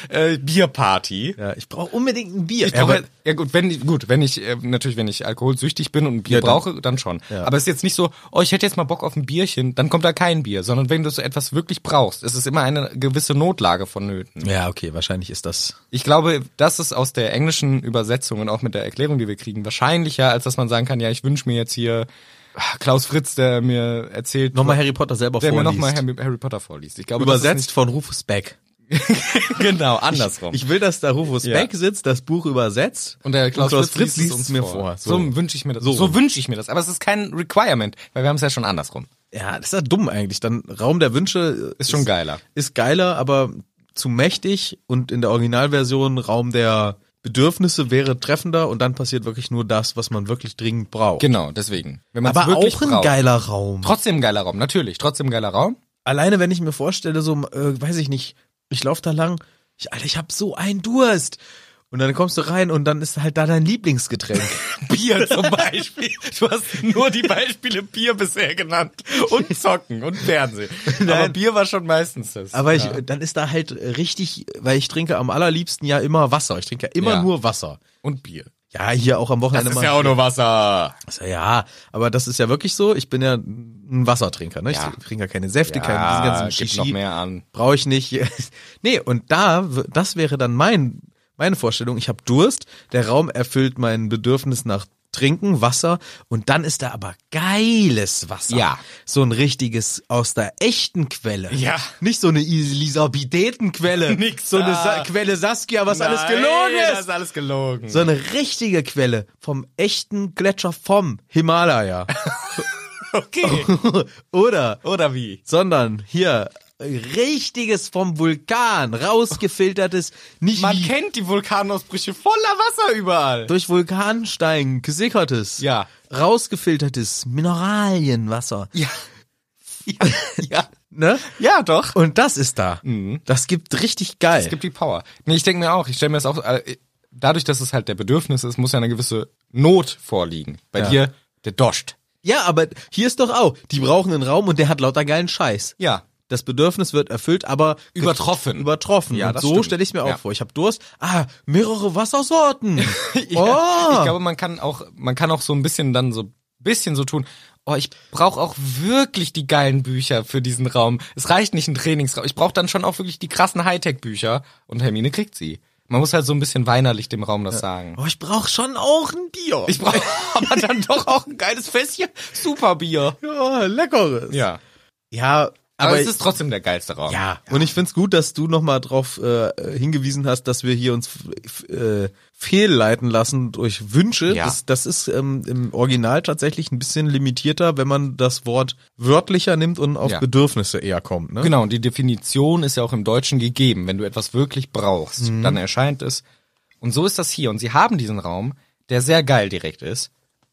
A: äh, Bierparty.
B: Ja, ich brauche unbedingt ein Bier.
A: Ich brauche, ja gut, wenn gut, wenn ich äh, natürlich, wenn ich alkoholsüchtig bin und ein Bier
B: Ja, dann-
A: brauche, dann schon. Aber es ist jetzt nicht so, oh, ich hätte jetzt mal Bock auf ein Bierchen, dann kommt da kein Bier, sondern wenn du so etwas wirklich brauchst, es ist immer eine gewisse Notlage vonnöten.
B: ja, okay, wahrscheinlich ist das.
A: Ich glaube, das ist aus der englischen Übersetzung und auch mit der Erklärung, die wir kriegen, wahrscheinlicher, als dass man sagen kann, ja, ich wünsche mir jetzt hier ah, Klaus Fritz, der mir erzählt,
B: Nochmal Harry Potter selber
A: der mir
B: vorliest.
A: nochmal Harry, Harry Potter vorliest. Ich glaube,
B: Übersetzt von Rufus Beck.
A: das ist nicht, genau andersrum.
B: Ich will, dass da Rufus
A: Ja.
B: Beck sitzt, das Buch übersetzt
A: und der Klaus,
B: Klaus
A: Fritz, liest es uns mir vor. So, wünsche ich mir das. So,
B: rum.
A: wünsche ich mir das. Aber es ist kein Requirement, weil wir haben es ja schon andersrum.
B: Ja, das ist ja dumm eigentlich. Dann Raum der Wünsche äh,
A: Ist schon geiler.
B: Ist geiler, aber zu mächtig und in der Originalversion Raum der Bedürfnisse wäre treffender und dann passiert wirklich nur das, was man wirklich dringend braucht.
A: Genau, deswegen. Wenn man's
B: Aber
A: wirklich
B: auch ein
A: braucht.
B: geiler Raum.
A: Trotzdem ein geiler Raum, natürlich. Trotzdem ein geiler Raum.
B: alleine wenn ich mir vorstelle, so, äh, weiß ich nicht, ich laufe da lang, ich, Alter, ich hab so einen Durst. Und dann kommst du rein und dann ist halt da dein Lieblingsgetränk.
A: Bier zum Beispiel. Du hast nur die Beispiele Bier bisher genannt. Und Zocken und Fernsehen. Aber
B: Nein.
A: Bier war schon meistens das.
B: Aber ich,
A: Ja.
B: dann ist da halt richtig, weil ich trinke am allerliebsten ja immer Wasser. Ich trinke ja immer
A: Ja.
B: nur Wasser.
A: Und Bier.
B: Ja, hier auch am Wochenende mal.
A: auch nur Wasser.
B: Also ja, aber das ist ja wirklich so. Ich bin ja ein Wassertrinker. Ne?
A: Ja.
B: Ich trinke ja keine Säfte, keinen diesen
A: Ja,
B: ganzen
A: gib
B: Shishi.
A: noch mehr an.
B: brauche ich nicht. nee, und da, w- das wäre dann mein, meine Vorstellung. Ich habe Durst, der Raum erfüllt mein Bedürfnis nach Trinken, Wasser und dann ist da aber geiles Wasser.
A: Ja.
B: So ein richtiges aus der echten Quelle.
A: Ja.
B: Nicht so eine Elisabethenquelle.
A: Nix
B: So eine
A: da.
B: Sa Quelle Saskia, was alles
A: Nein,
B: gelogen
A: Das
B: ist.
A: ist alles gelogen.
B: So eine richtige Quelle vom echten Gletscher vom Himalaya.
A: okay.
B: Oder
A: Oder wie?
B: sondern hier richtiges vom Vulkan rausgefiltertes, nicht
A: Man
B: wie
A: kennt die Vulkanausbrüche voller Wasser überall.
B: durch Vulkanstein gesickertes,
A: Ja.
B: rausgefiltertes Mineralienwasser,
A: Ja. Ja, ja.
B: ne?
A: ja doch.
B: Und das ist da. Das gibt richtig geil.
A: Es Mhm. gibt die Power. Nee, ich denke mir auch, ich stelle mir das auch, äh, dadurch, dass es halt der Bedürfnis ist, muss ja eine gewisse Not vorliegen. Bei
B: Ja.
A: dir, der Doscht.
B: ja, aber hier ist doch auch, die brauchen einen Raum und der hat lauter geilen Scheiß.
A: Ja.
B: Das Bedürfnis wird erfüllt, aber ge-
A: Übertroffen.
B: Übertroffen.
A: Ja,
B: und
A: das
B: so
A: stimmt.
B: stelle ich mir auch
A: Ja.
B: vor. Ich habe Durst. Ah, mehrere Wassersorten.
A: Ja,
B: oh.
A: Ich glaube, man kann auch, man kann auch so ein bisschen dann so, bisschen so tun, oh, ich brauche auch wirklich die geilen Bücher für diesen Raum. Es reicht nicht ein Trainingsraum. Ich brauche dann schon auch wirklich die krassen Hightech-Bücher. Und Hermine kriegt sie. Man muss halt so ein bisschen weinerlich dem Raum das sagen.
B: oh, ich brauche schon auch ein Bier.
A: Ich brauche aber dann doch auch ein geiles Fässchen. Superbier.
B: Ja, leckeres.
A: Ja.
B: Ja,
A: Aber,
B: Aber
A: es ist trotzdem der geilste Raum.
B: Ja, und ich find's gut, dass du nochmal drauf äh, hingewiesen hast, dass wir hier uns f- äh, fehlleiten lassen durch Wünsche.
A: Ja.
B: Das, das ist ähm, im Original tatsächlich ein bisschen limitierter, wenn man das Wort wörtlicher nimmt und auf
A: Ja.
B: Bedürfnisse eher kommt. Ne?
A: Genau, und die Definition ist ja auch im Deutschen gegeben. Wenn du etwas wirklich brauchst, dann erscheint es. Und so ist das hier. Und sie haben diesen Raum, der sehr geil direkt ist.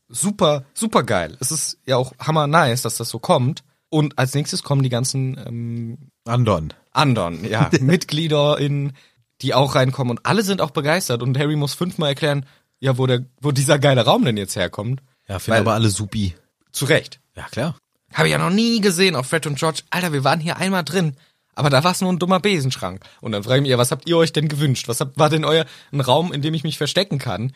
A: Super, super geil. Es ist ja auch hammer nice, dass das so kommt. Und als nächstes kommen die ganzen ähm,
B: Andon.
A: anderen, ja, Mitglieder in, die auch reinkommen und alle sind auch begeistert und Harry muss fünfmal erklären, ja, wo der, wo dieser geile Raum denn jetzt herkommt.
B: Ja,
A: Weil-
B: finde aber alle supi.
A: Zu Recht.
B: Ja, klar.
A: Habe ich ja noch nie gesehen auf Fred und George. Alter, wir waren hier einmal drin. Aber da war es nur ein dummer Besenschrank. Und dann frage ich mich, ja, was habt ihr euch denn gewünscht? Was habt, war denn euer ein Raum, in dem ich mich verstecken kann?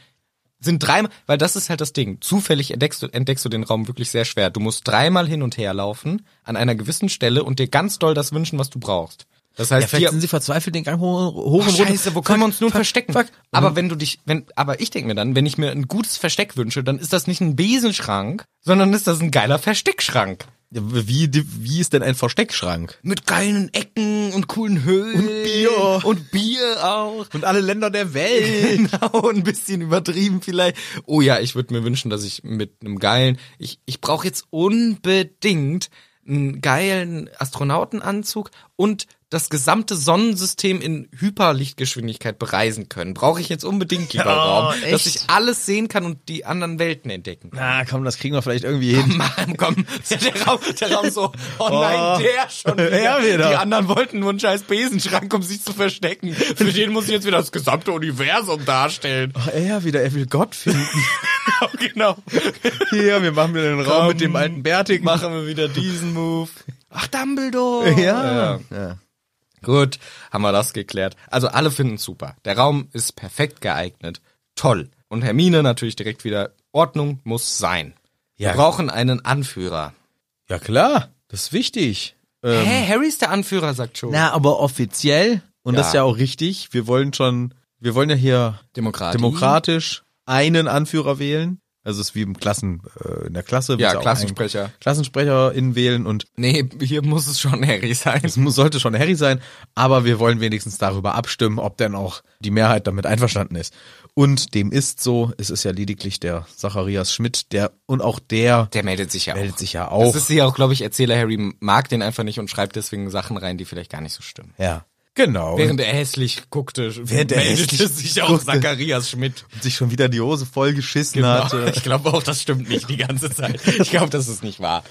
A: Sind dreimal, weil das ist halt das Ding. Zufällig entdeckst du, entdeckst du den Raum wirklich sehr schwer. Du musst dreimal hin und her laufen, an einer gewissen Stelle und dir ganz doll das wünschen, was du brauchst. Das heißt, hier,
B: sie verzweifelt den Gang hoch, hoch
A: Oh, Scheiße, wo können wir uns nun verstecken?
B: fuck. Mhm.
A: Aber wenn du dich, wenn, aber ich denke mir dann, wenn ich mir ein gutes Versteck wünsche, dann ist das nicht ein Besenschrank, sondern ist das ein geiler Versteckschrank.
B: Ja, Wie, wie ist denn ein Versteckschrank?
A: Mit geilen Ecken und coolen Höhlen. Und
B: Bier.
A: Und Bier auch.
B: Und alle Länder der Welt.
A: Genau, ein bisschen übertrieben vielleicht. Oh ja, ich würde mir wünschen, dass ich mit einem geilen, ich, ich brauche jetzt unbedingt einen geilen Astronautenanzug und das gesamte Sonnensystem in Hyperlichtgeschwindigkeit bereisen können. Brauche ich jetzt unbedingt, lieber
B: Oh,
A: Raum, dass
B: echt?
A: ich alles sehen kann und die anderen Welten entdecken.
B: Na komm, das kriegen wir vielleicht irgendwie hin.
A: Mann, komm, der Raum, der Raum so, oh nein,
B: Oh,
A: der schon wieder.
B: er wieder.
A: Die anderen wollten nur einen scheiß Besenschrank, um sich zu verstecken. Für den muss ich jetzt wieder das gesamte Universum darstellen.
B: Oh, er wieder, er will Gott finden.
A: genau.
B: Hier, wir machen wieder den Raum mit dem alten Bärtigen.
A: Machen wir wieder diesen Move. Ach, Dumbledore.
B: Ja.
A: Gut, haben wir das geklärt. Also alle finden super. Der Raum ist perfekt geeignet. Toll. Und Hermine natürlich direkt wieder, Ordnung muss sein.
B: Ja.
A: Wir brauchen einen Anführer.
B: Ja klar, das ist wichtig. Ähm,
A: Hä, Harry ist der Anführer, sagt Joe.
B: na, aber offiziell, und das
A: Ja.
B: ist ja auch richtig, wir wollen schon, wir wollen ja hier
A: Demokratie.
B: demokratisch einen Anführer wählen. Also es ist wie im Klassen, äh, in der Klasse.
A: Ja,
B: willst du auch
A: Klassensprecher.
B: einen KlassensprecherInnen wählen und
A: Nee, hier muss es schon Harry sein.
B: es muss, sollte schon Harry sein, aber wir wollen wenigstens darüber abstimmen, ob denn auch die Mehrheit damit einverstanden ist. Und dem ist so, es ist ja lediglich der Zacharias Schmidt, der und auch der
A: Der meldet sich ja auch.
B: meldet sich ja
A: Das
B: auch.
A: ist ja auch, glaube ich, Erzähler Harry mag den einfach nicht und schreibt deswegen Sachen rein, die vielleicht gar nicht so stimmen.
B: ja. Genau.
A: Während er hässlich guckte,
B: Während er
A: meldete
B: hässlich
A: sich auch
B: guckte.
A: Zacharias Schmidt. Genau.
B: sich schon wieder die Hose vollgeschissen äh. hatte.
A: Ich glaube auch, das stimmt nicht die ganze Zeit. Ich glaube, das ist nicht wahr.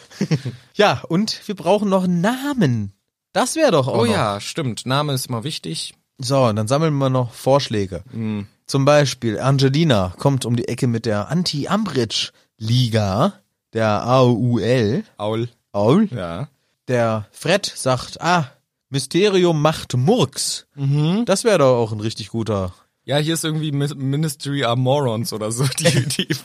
B: Ja, und wir brauchen noch einen Namen. Das wäre doch auch
A: Oh
B: noch.
A: ja, stimmt. Name ist immer wichtig.
B: So, und dann sammeln wir noch Vorschläge. Zum Beispiel Angelina kommt um die Ecke mit der Anti-Ambridge-Liga, der AUL.
A: Aul.
B: Aul.
A: Ja.
B: Der Fred sagt, ah, Mysterium macht Murks. Das wäre doch auch ein richtig guter.
A: Ja, hier ist irgendwie Mi- Ministry of Morons oder so. Die, die
B: Ey,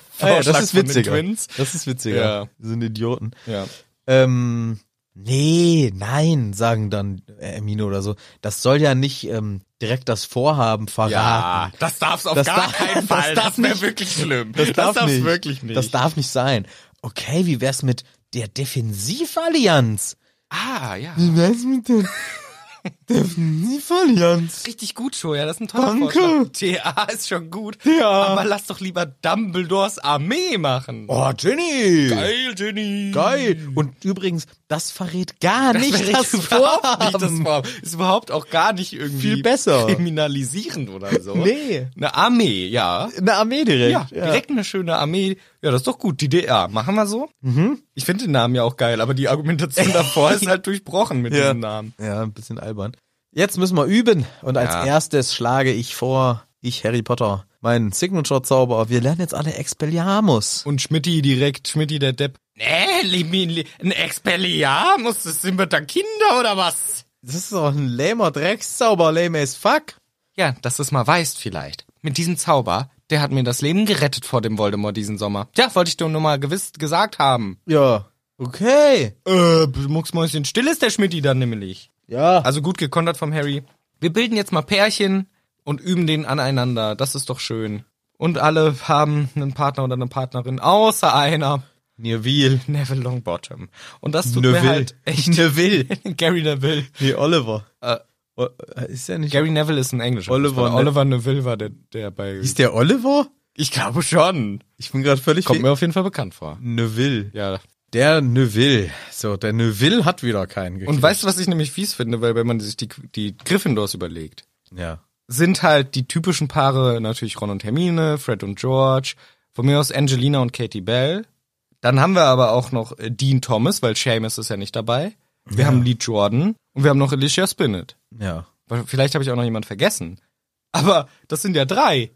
A: Vorschlag von den Twins.
B: Das ist witziger.
A: Ja.
B: Wir sind Idioten.
A: Ja.
B: Ähm, nee, nein, sagen dann äh, Hermine oder so. Das soll ja nicht ähm, direkt das Vorhaben verraten.
A: das darf's auf
B: Das
A: gar
B: darf-
A: keinen
B: das
A: Fall.
B: darf
A: Das, wäre
B: nicht.
A: wirklich schlimm.
B: Das darf
A: darf's
B: nicht.
A: wirklich nicht.
B: Das darf nicht sein. Okay, wie wär's mit der Defensivallianz?
A: ah, ja.
B: Wie wär's mit der Defensivallianz?
A: Richtig gut, Joe, ja, das ist ein toller
B: Danke.
A: Vorschlag. TA ist schon gut.
B: Ja.
A: Aber lass doch lieber Dumbledores Armee machen.
B: Oh, Jenny!
A: Geil, Jenny.
B: Geil! Und übrigens, das verrät gar
A: Das
B: nicht
A: wäre
B: das
A: überhaupt nicht das
B: Vorhaben.
A: Vorhaben. Ist überhaupt auch gar nicht irgendwie
B: Viel besser.
A: kriminalisierend oder so.
B: Nee. Äh,
A: Eine Armee, ja.
B: Eine Armee direkt.
A: Ja, direkt eine schöne Armee. Ja, das ist doch gut. Die DR. Machen wir so? Ich finde den Namen ja auch geil, aber die Argumentation davor ist halt durchbrochen mit
B: Mhm. Ja.
A: diesem Namen.
B: Ja, ein bisschen albern. Jetzt müssen wir üben. Und als
A: Ja.
B: erstes schlage ich vor, ich Harry Potter, meinen Signature-Zauber. Wir lernen jetzt alle Expelliarmus.
A: Und Schmidti direkt, Schmidti der Depp. Nee, Limin, li- ein Expelliarmus, das sind wir da Kinder oder was?
B: Das ist doch ein lähmer Dreckszauber, lame as fuck.
A: Ja, dass du es mal weißt vielleicht. Mit diesem Zauber, der hat mir das Leben gerettet vor dem Voldemort diesen Sommer. Ja, wollte ich dir nur mal gewiss gesagt haben.
B: Ja, okay.
A: Äh, Mucksmäuschen, still ist der Schmidti dann nämlich.
B: Ja.
A: Also gut gekontert vom Harry. Wir bilden jetzt mal Pärchen und üben den aneinander. Das ist doch schön. Und alle haben einen Partner oder eine Partnerin, außer einer.
B: Neville.
A: Neville Longbottom. Und das tut mir
B: Neville.
A: halt echt
B: Neville.
A: Gary Neville.
B: Nee, Oliver.
A: Äh,
B: O- Ist der nicht.
A: Gary Neville ist ein englischer.
B: Oliver
A: Fußballer.
B: Ne-
A: Oliver Neville war der, der bei.
B: Hieß der Oliver?
A: Ich glaube schon.
B: Ich bin gerade völlig.
A: Kommt mir auf jeden Fall bekannt vor.
B: Neville.
A: Ja.
B: Der Neville. So, der Neville hat wieder keinen gekriegt.
A: Und weißt du, was ich nämlich fies finde, weil wenn man sich die, die Gryffindors überlegt,
B: Ja.
A: sind halt die typischen Paare natürlich Ron und Hermine, Fred und George, von mir aus Angelina und Katie Bell. Dann haben wir aber auch noch äh, Dean Thomas, weil Seamus ist ja nicht dabei. Wir haben Lee Jordan und wir haben noch Alicia Spinnet.
B: Ja.
A: Weil Vielleicht habe ich auch noch jemand vergessen. Aber das sind ja drei.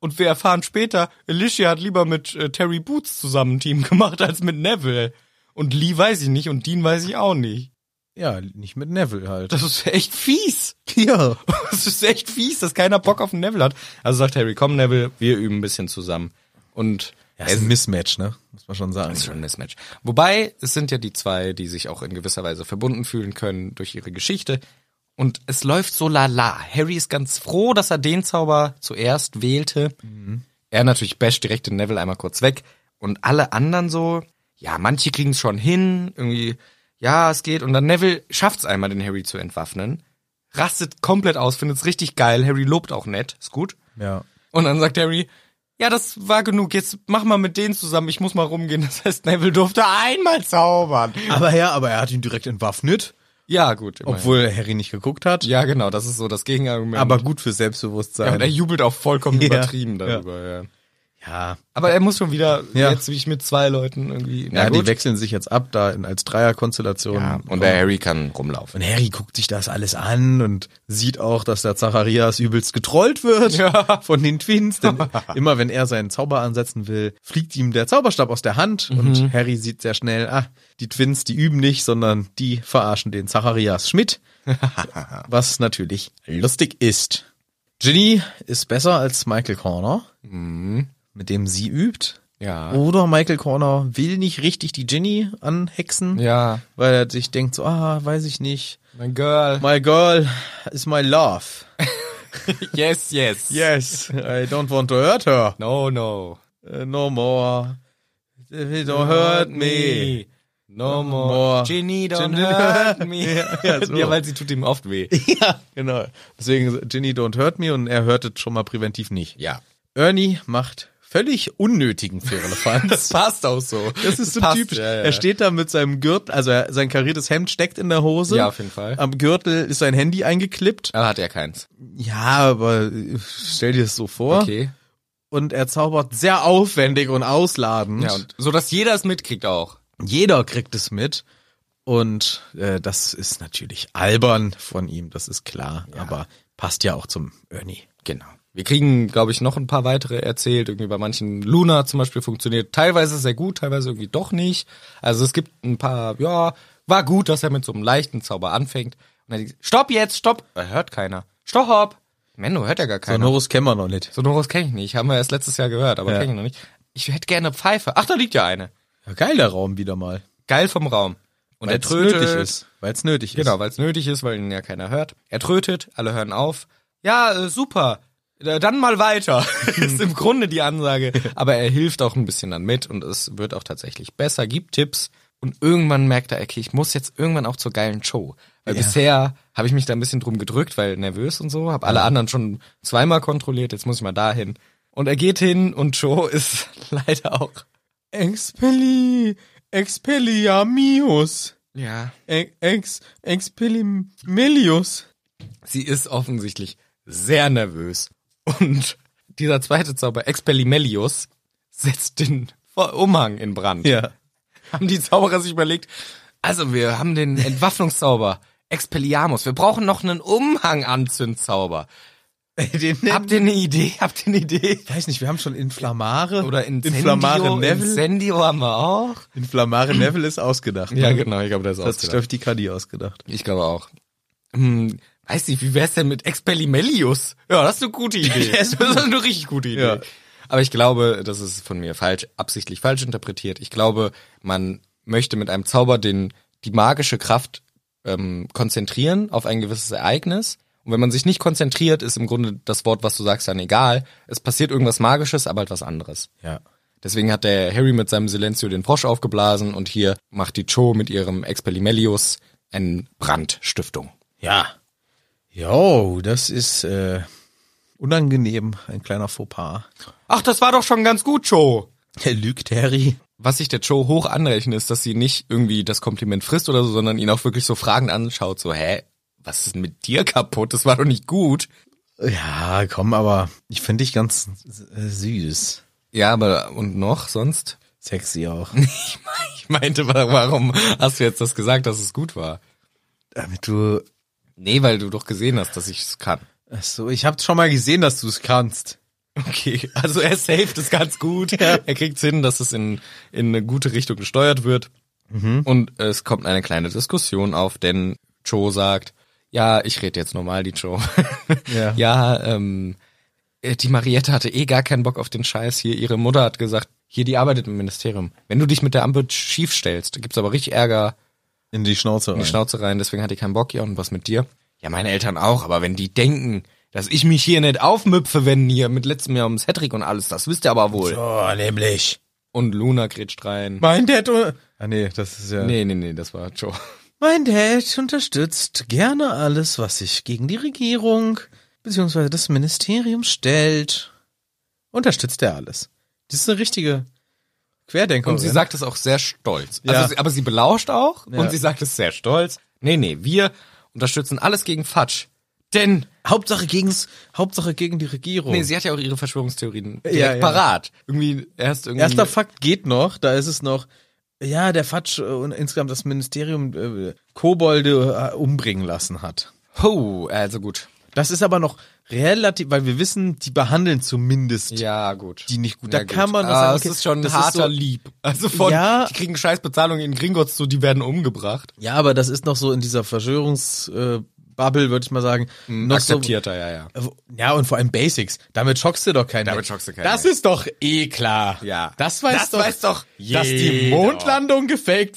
A: Und wir erfahren später, Alicia hat lieber mit äh, Terry Boots zusammen ein Team gemacht als mit Neville. Und Lee weiß ich nicht und Dean weiß ich auch nicht.
B: Ja, nicht mit Neville halt.
A: Das ist echt fies.
B: Ja.
A: Das ist echt fies, dass keiner Bock auf den Neville hat. Also sagt Harry, komm Neville, wir üben ein bisschen zusammen. Und
B: Ja, ist ein Mismatch, ne? Muss man schon sagen.
A: das ist schon ein Mismatch. Wobei, es sind ja die zwei, die sich auch in gewisser Weise verbunden fühlen können durch ihre Geschichte. Und es läuft so lala. Harry ist ganz froh, dass er den Zauber zuerst wählte. Er natürlich basht direkt den Neville einmal kurz weg. Und alle anderen so, ja, manche kriegen es schon hin, irgendwie, ja, es geht. Und dann Neville schafft es einmal, den Harry zu entwaffnen. Rastet komplett aus, findet es richtig geil. Harry lobt auch nett, ist gut.
B: Ja.
A: Und dann sagt Harry, ja, das war genug, jetzt mach mal mit denen zusammen, ich muss mal rumgehen. Das heißt, Neville durfte einmal zaubern.
B: Aber ja, aber er hat ihn direkt entwaffnet,
A: Ja, gut. immerhin.
B: obwohl Harry nicht geguckt hat.
A: Ja, genau, das ist so das Gegenargument.
B: Aber gut
A: ja,
B: für
A: und er
B: Selbstbewusstsein.
A: jubelt auch vollkommen
B: Ja,
A: übertrieben
B: ja.
A: darüber, ja.
B: Ja.
A: Aber er muss schon wieder,
B: Ja.
A: jetzt wie ich mit zwei Leuten irgendwie.
B: Ja,
A: Na
B: die
A: gut.
B: wechseln sich jetzt ab, da in, als Dreierkonstellation.
A: ja, und der Harry kann rumlaufen.
B: Und Harry guckt sich das alles an und sieht auch, dass der Zacharias übelst getrollt wird
A: Ja.
B: von den Twins. Denn immer wenn er seinen Zauber ansetzen will, fliegt ihm der Zauberstab aus der Hand
A: Mhm.
B: und Harry sieht sehr schnell, ah, die Twins, die üben nicht, sondern die verarschen den Zacharias Schmidt. was natürlich lustig ist. Ginny ist besser als Michael Corner, mit dem sie übt.
A: Mhm. Ja.
B: Oder Michael Corner will nicht richtig die Ginny anhexen
A: Ja,
B: weil er sich denkt so, ah, weiß ich nicht.
A: mein Girl.
B: My girl is my love.
A: Yes, yes.
B: Yes, I don't want to hurt her.
A: No, no.
B: Uh, no more. They don't hurt me.
A: No
B: more.
A: more. Ginny, don't
B: Ginny-
A: hurt me.
B: Ja, ja, so.
A: ja, weil sie tut ihm oft weh.
B: Ja, genau. Deswegen Ginny don't hurt me und er hörtet schon mal präventiv nicht.
A: Ja.
B: Ernie macht völlig unnötigen Firlefanz.
A: Das passt auch so.
B: Das ist so
A: passt,
B: typisch.
A: Ja, ja.
B: Er steht da mit seinem Gürtel, also er, sein kariertes Hemd steckt in der Hose.
A: Ja, auf jeden Fall.
B: Am Gürtel ist sein Handy eingeklippt.
A: Aber hat er keins.
B: Ja, aber äh, stell dir das so vor.
A: Okay.
B: und er zaubert sehr aufwendig und ausladend.
A: Ja, und so dass jeder es mitkriegt auch.
B: jeder kriegt es mit. Und äh, das ist natürlich albern von ihm, das ist klar. Aber passt ja auch zum Ernie.
A: Genau. Wir kriegen, glaube ich, noch ein paar weitere erzählt. Irgendwie bei manchen Luna zum Beispiel funktioniert teilweise sehr gut, teilweise irgendwie doch nicht. Also es gibt ein paar, ja, war gut, dass er mit so einem leichten Zauber anfängt. Und dann stopp jetzt, stopp. Er hört keiner. Stopp. Menno hört ja gar keiner.
B: Sonorus kennen wir noch nicht.
A: Sonoros kenne ich nicht. Haben wir erst letztes Jahr gehört, aber
B: Ja.
A: kenne ich noch nicht. Ich hätte gerne Pfeife. Ach, da liegt ja eine.
B: Ja, geil, der Raum wieder mal.
A: Geil vom Raum. Und er
B: Weil's
A: trötet.
B: nötig ist. Weil es nötig
A: Genau, weil es nötig ist, weil ihn ja keiner hört. Er trötet, alle hören auf. Ja, äh, super. Äh, Dann mal weiter. ist im Grunde die Ansage. Aber er hilft auch ein bisschen dann mit und es wird auch tatsächlich besser, gibt Tipps. Und irgendwann merkt er, okay, ich muss jetzt irgendwann auch zur geilen Show. Weil bisher habe ich mich da ein bisschen drum gedrückt, weil nervös und so, habe alle anderen schon zweimal kontrolliert, jetzt muss ich mal dahin. Und er geht hin und Joe ist leider auch.
B: ist. Expelli, Expelliarmius,
A: Ja.
B: ex, E, ex, Expellimelius.
A: sie ist offensichtlich sehr nervös. Und dieser zweite Zauber, Expellimelius, setzt den Vor- Umhang in Brand.
B: Ja.
A: Haben die Zauberer sich überlegt, also wir haben den Entwaffnungszauber, Expelliarmus, wir brauchen noch einen Umhang-Anzündzauber.
B: Den
A: Habt ihr eine Idee? Habt ihr eine Idee?
B: weiß nicht, wir haben schon Inflammare.
A: Oder Incendio,
B: Inflammare Neville.
A: Incendio haben wir auch.
B: Inflammare Neville ist ausgedacht. ne?
A: genau, ich glaube, das ist
B: Das hat sich, glaube ich, die Kadi ausgedacht.
A: Ich glaube auch. Hm, weiß nicht, wie wär's denn mit Expellimelius? Ja, das ist eine gute Idee.
B: Der ist
A: das ist eine richtig gute Idee.
B: Ja.
A: Aber ich glaube, das ist von mir falsch, absichtlich falsch interpretiert. Ich glaube, man möchte mit einem Zauber den, die magische Kraft ähm, konzentrieren auf ein gewisses Ereignis. Und wenn man sich nicht konzentriert, ist im Grunde das Wort, was du sagst, dann egal. Es passiert irgendwas Magisches, aber etwas halt anderes.
B: Ja.
A: Deswegen hat der Harry mit seinem Silenzio den Frosch aufgeblasen und hier macht die Cho mit ihrem Expellimellius eine Brandstiftung.
B: Ja. Jo, das ist äh, unangenehm, ein kleiner Fauxpas.
A: Ach, das war doch schon ganz gut, Cho.
B: Er lügt, Harry.
A: Was ich der Cho hoch anrechne, ist, dass sie nicht irgendwie das Kompliment frisst oder so, sondern ihn auch wirklich so fragend anschaut, so, hä, was ist denn mit dir kaputt? Das war doch nicht gut.
B: Ja, komm, aber ich finde dich ganz äh, süß.
A: Ja, aber und noch sonst?
B: Sexy auch.
A: Ich, mein- ich meinte, wa- warum hast du jetzt das gesagt, dass es gut war?
B: Damit du.
A: Nee, weil du doch gesehen hast, dass ich es kann.
B: Ach so, ich hab's schon mal gesehen, dass du es kannst.
A: Okay, also er saved es ganz gut. Er kriegt's hin, dass es in, in eine gute Richtung gesteuert wird. Und es kommt eine kleine Diskussion auf, denn Cho sagt, ja, ich rede jetzt normal, die Cho.
B: Ja.
A: ja, ähm, äh, die Mariette hatte eh gar keinen Bock auf den Scheiß hier. Ihre Mutter hat gesagt, hier, die arbeitet im Ministerium. Wenn du dich mit der Ampel schief stellst, gibt's aber richtig Ärger.
B: In die Schnauze rein.
A: die Schnauze rein, deswegen hatte ich keinen Bock, ja, und was mit dir? Ja, meine Eltern auch, aber wenn die denken, dass ich mich hier nicht aufmüpfe, wenn hier mit letztem Jahr ums Hattrick und alles, das wisst ihr aber wohl.
B: oh, nämlich.
A: Und Luna kretscht rein.
B: Mein Dad. un- Ah, nee, das ist ja.
A: Nee, nee, nee, das war Joe.
B: Mein Dad unterstützt gerne alles, was sich gegen die Regierung bzw. das Ministerium stellt. Unterstützt er alles. Das ist eine richtige Querdenkerin.
A: Und sie sagt es auch sehr stolz.
B: Ja.
A: Also, sie- aber sie belauscht auch
B: Ja.
A: und sie sagt es sehr stolz. Nee, nee, wir unterstützen alles gegen Fatsch. Denn,
B: Hauptsache gegen's, Hauptsache gegen die Regierung.
A: nee, sie hat ja auch ihre Verschwörungstheorien direkt
B: Ja, ja.
A: parat. Irgendwie erst irgendwie.
B: Erster Fakt geht noch, da ist es noch, ja, der Fatsch äh, und insgesamt das Ministerium äh, Kobolde äh, umbringen lassen hat.
A: oh, also gut.
B: Das ist aber noch relativ, weil wir wissen, die behandeln zumindest
A: Ja, gut.
B: die nicht gut.
A: Ja,
B: da kann man noch
A: ah,
B: sagen,
A: das
B: okay,
A: ist schon ein
B: das
A: harter
B: so,
A: Lieb. Also von,
B: Ja.
A: die kriegen scheiß Bezahlung in Gringotts zu, die werden umgebracht.
B: Ja, aber das ist noch so in dieser Verschwörungsbubble, äh, Bubble, würde ich mal sagen.
A: Hm,
B: noch
A: Akzeptierter, ja, ja.
B: So, ja, und vor allem Basics. Damit schockst du doch keinen.
A: Damit schockst du keinen.
B: Das ist doch eh klar.
A: Ja.
B: Das weiß
A: Das
B: doch,
A: weiß doch
B: dass die
A: jeder.
B: Mondlandung gefaked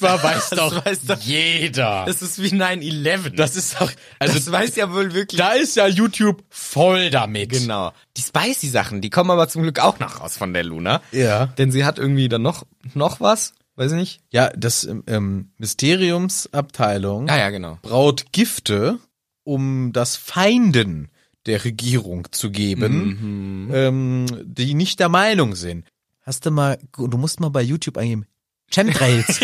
B: war, weiß
A: Das
B: doch
A: weiß doch-
B: jeder.
A: Das ist wie 9-11.
B: Das ist doch, also
A: also, das weiß ja wohl wirklich.
B: da ist ja YouTube voll damit.
A: Genau. Die Spicy-Sachen, die kommen aber zum Glück auch noch raus von der Luna.
B: Ja.
A: Denn sie hat irgendwie dann noch, noch was, weiß ich nicht.
B: Ja, das ähm, Mysteriumsabteilung
A: Ja, ja, genau.
B: braut Gifte, um das Feinden der Regierung zu
A: Mhm.
B: geben, ähm, die nicht der Meinung sind. Hast du mal, du musst mal bei YouTube eingeben, Chemtrails.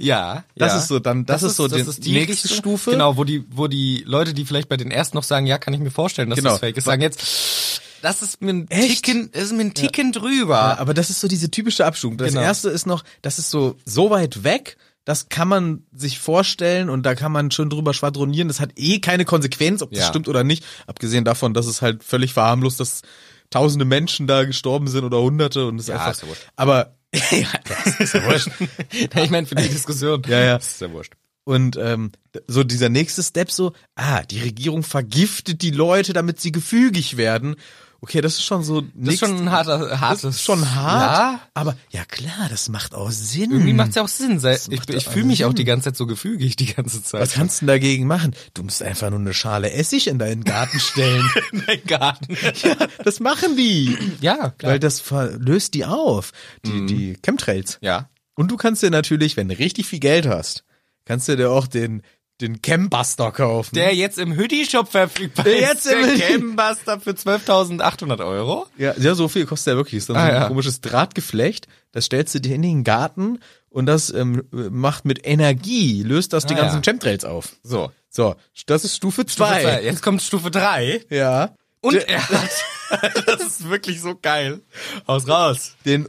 A: Ja,
B: Das
A: ja.
B: ist so dann- das ist so die nächste
A: Richtung.
B: Stufe.
A: Genau, wo die, wo die Leute, die vielleicht bei den ersten noch sagen, ja, kann ich mir vorstellen, dass
B: Genau.
A: das fake ist, sagen jetzt, das ist mir ein
B: Echt?
A: Ticken, ist mir ein Ticken drüber.
B: Aber das ist so diese typische Abstufung. Das
A: Genau.
B: erste ist noch, das ist so, so weit weg, das kann man sich vorstellen und da kann man schon drüber schwadronieren. Das hat eh keine Konsequenz, ob das
A: Ja.
B: stimmt oder nicht. Abgesehen davon, dass es halt völlig verharmlost, dass tausende Menschen da gestorben sind oder hunderte und es einfach.
A: ist ja wurscht.
B: aber ja, das ist ja wurscht.
A: Ja, ich meine, für die Diskussion.
B: Ja, ja.
A: Das ist ja wurscht.
B: Und ähm, d- so dieser nächste Step so, ah, die Regierung vergiftet die Leute, damit sie gefügig werden. Okay, das ist schon so
A: Das ist
B: nächst-
A: schon ein harter, hartes.
B: Das ist schon hart,
A: Ja.
B: aber ja klar, das macht auch Sinn.
A: Irgendwie macht's ja auch Sinn. Sei, ich
B: macht
A: ich
B: doch
A: fühle mich
B: Sinn.
A: auch die ganze Zeit so gefügig, die ganze Zeit.
B: Was kannst du denn dagegen machen? Du musst einfach nur eine Schale Essig in deinen Garten stellen.
A: in deinem Garten?
B: das machen die,
A: Ja, klar. Mhm.
B: weil das ver- löst die auf, die, die Chemtrails.
A: ja.
B: Und du kannst dir natürlich, wenn du richtig viel Geld hast, kannst du dir auch den den Chembuster kaufen.
A: Der jetzt im Hoodie-Shop verfügbar
B: Der
A: ist.
B: jetzt im
A: der
B: Hoodie-
A: Gamebuster für 12.800 Euro.
B: ja, ja, so viel kostet der wirklich. Ist dann so
A: Ah,
B: ein
A: ja.
B: komisches Drahtgeflecht. Das stellst du dir in den Garten und das ähm, macht mit Energie, löst das die
A: Ah,
B: ganzen
A: ja.
B: Chemtrails auf.
A: So.
B: So, das ist Stufe
A: Stufe zwei.
B: 2.
A: Jetzt kommt Stufe 3.
B: Ja.
A: Und er hat, das ist wirklich so geil. Haus raus.
B: Den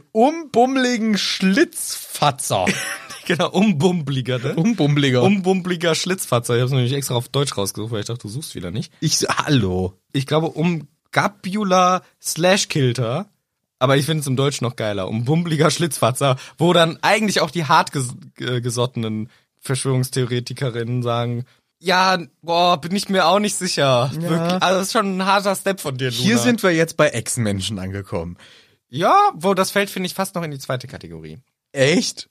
B: umbummeligen Schlitzfatzer. Um,
A: Genau, umbumbliger, ne?
B: Umbummeliger.
A: Umbumbliger Schlitzfahrzeug. Ich hab's nämlich extra auf Deutsch rausgesucht, weil ich dachte, du suchst wieder nicht.
B: ich, hallo.
A: ich glaube, um Gabula slash Kilter. Aber ich finde es im Deutschen noch geiler. Um bummeliger Schlitzfatzer, wo dann eigentlich auch die hartgesottenen Verschwörungstheoretikerinnen sagen, ja, boah, bin ich mir auch nicht sicher. Wirklich, also das ist schon ein harter Step von dir, Luna.
B: Hier sind wir jetzt bei Echsenmenschen angekommen.
A: ja, wo das fällt, finde ich fast noch in die zweite Kategorie.
B: Echt?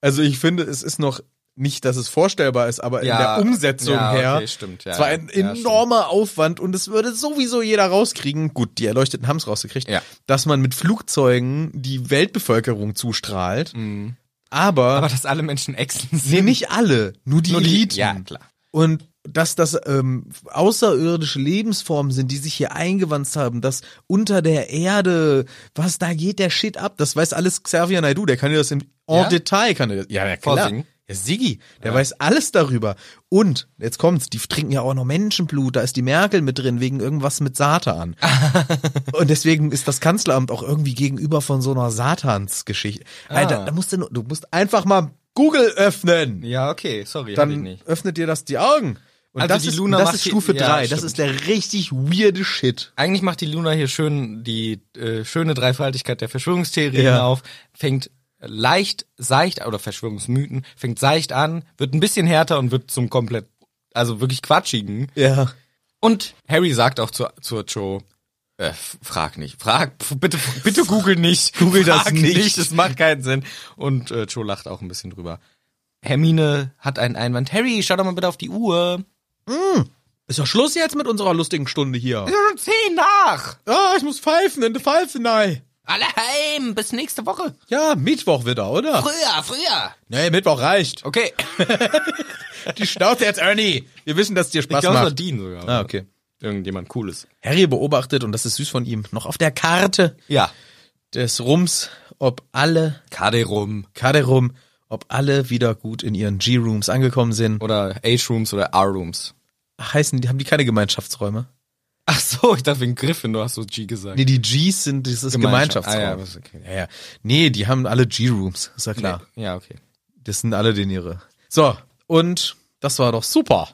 B: Also ich finde, es ist noch nicht, dass es vorstellbar ist, aber
A: Ja,
B: in der Umsetzung
A: ja, okay,
B: her.
A: stimmt, ja,
B: es war
A: ja,
B: ein
A: ja,
B: enormer Aufwand und es würde sowieso jeder rauskriegen. Gut, die Erleuchteten haben es rausgekriegt,
A: Ja.
B: dass man mit Flugzeugen die Weltbevölkerung zustrahlt. Aber,
A: Mhm. Aber dass alle Menschen Echsen sind.
B: nee, nicht alle, nur die
A: Nur die-
B: Eliten.
A: ja, klar.
B: Und dass das ähm, außerirdische Lebensformen sind, die sich hier eingewandt haben, dass unter der Erde, was da geht, der Shit ab, das weiß alles Xavier Naidoo, der kann dir das im en
A: Ja?
B: Detail, kann dir das, ja, ja klar.
A: Vorsingen.
B: Ja, Siggi, der weiß alles darüber. Und, jetzt kommt's, die trinken ja auch noch Menschenblut, da ist die Merkel mit drin, wegen irgendwas mit Satan. Und deswegen ist das Kanzleramt auch irgendwie gegenüber von so einer Satansgeschichte.
A: Ah.
B: Alter, da musst du, nur- du musst einfach mal Google öffnen
A: Ja, okay, sorry, hab ich
B: dann
A: nicht.
B: öffnet dir das die Augen. Und
A: Also
B: das,
A: die
B: ist,
A: Luna
B: und das
A: macht
B: ist
A: die-
B: Stufe
A: ja,
B: 3. das
A: stimmt.
B: ist der richtig weirde Shit.
A: Eigentlich macht die Luna hier schön die äh, schöne Dreifaltigkeit der Verschwörungstheorien
B: Ja.
A: auf, fängt leicht, seicht oder Verschwörungsmythen, fängt seicht an, wird ein bisschen härter und wird zum komplett, also wirklich quatschigen.
B: Ja.
A: Und Harry sagt auch zur, zur Joe, äh, f- frag nicht, frag, pf, bitte, bitte google nicht, google
B: das nicht.
A: das macht keinen Sinn. Und äh, Joe lacht auch ein bisschen drüber. Hermine hat einen Einwand. Harry, schau doch mal bitte auf die Uhr.
B: Ist ja Schluss jetzt mit unserer lustigen Stunde hier.
A: Wir sind zehn nach.
B: Ah, ich muss pfeifen in die Pfeife, nein.
A: Alle heim, bis nächste Woche.
B: Ja, Mittwoch wieder, oder?
A: Früher, früher.
B: Nee, Mittwoch reicht.
A: Okay.
B: Die Schnauze jetzt, Ernie. Wir wissen, dass es dir Spaß
A: war
B: macht.
A: Dean sogar.
B: Ah, okay.
A: Irgendjemand Cooles.
B: Harry beobachtet, und das ist süß von ihm, noch auf der Karte
A: Ja.
B: des Rums, ob alle,
A: KD Room
B: Karte rum, ob alle wieder gut in ihren G-Rooms angekommen sind.
A: oder H-Rooms oder R-Rooms.
B: Heißen, die haben die keine Gemeinschaftsräume?
A: Ach so, ich dachte wegen Griffin, du hast so G gesagt.
B: Nee, die Gs sind dieses
A: Gemeinschaft- Ah,
B: Gemeinschaftsraum.
A: ja, was- okay.
B: ja, ja. Nee, die haben alle G-Rooms, ist ja klar.
A: Nee. Ja, okay.
B: Das sind alle den ihre. So, und das war doch super,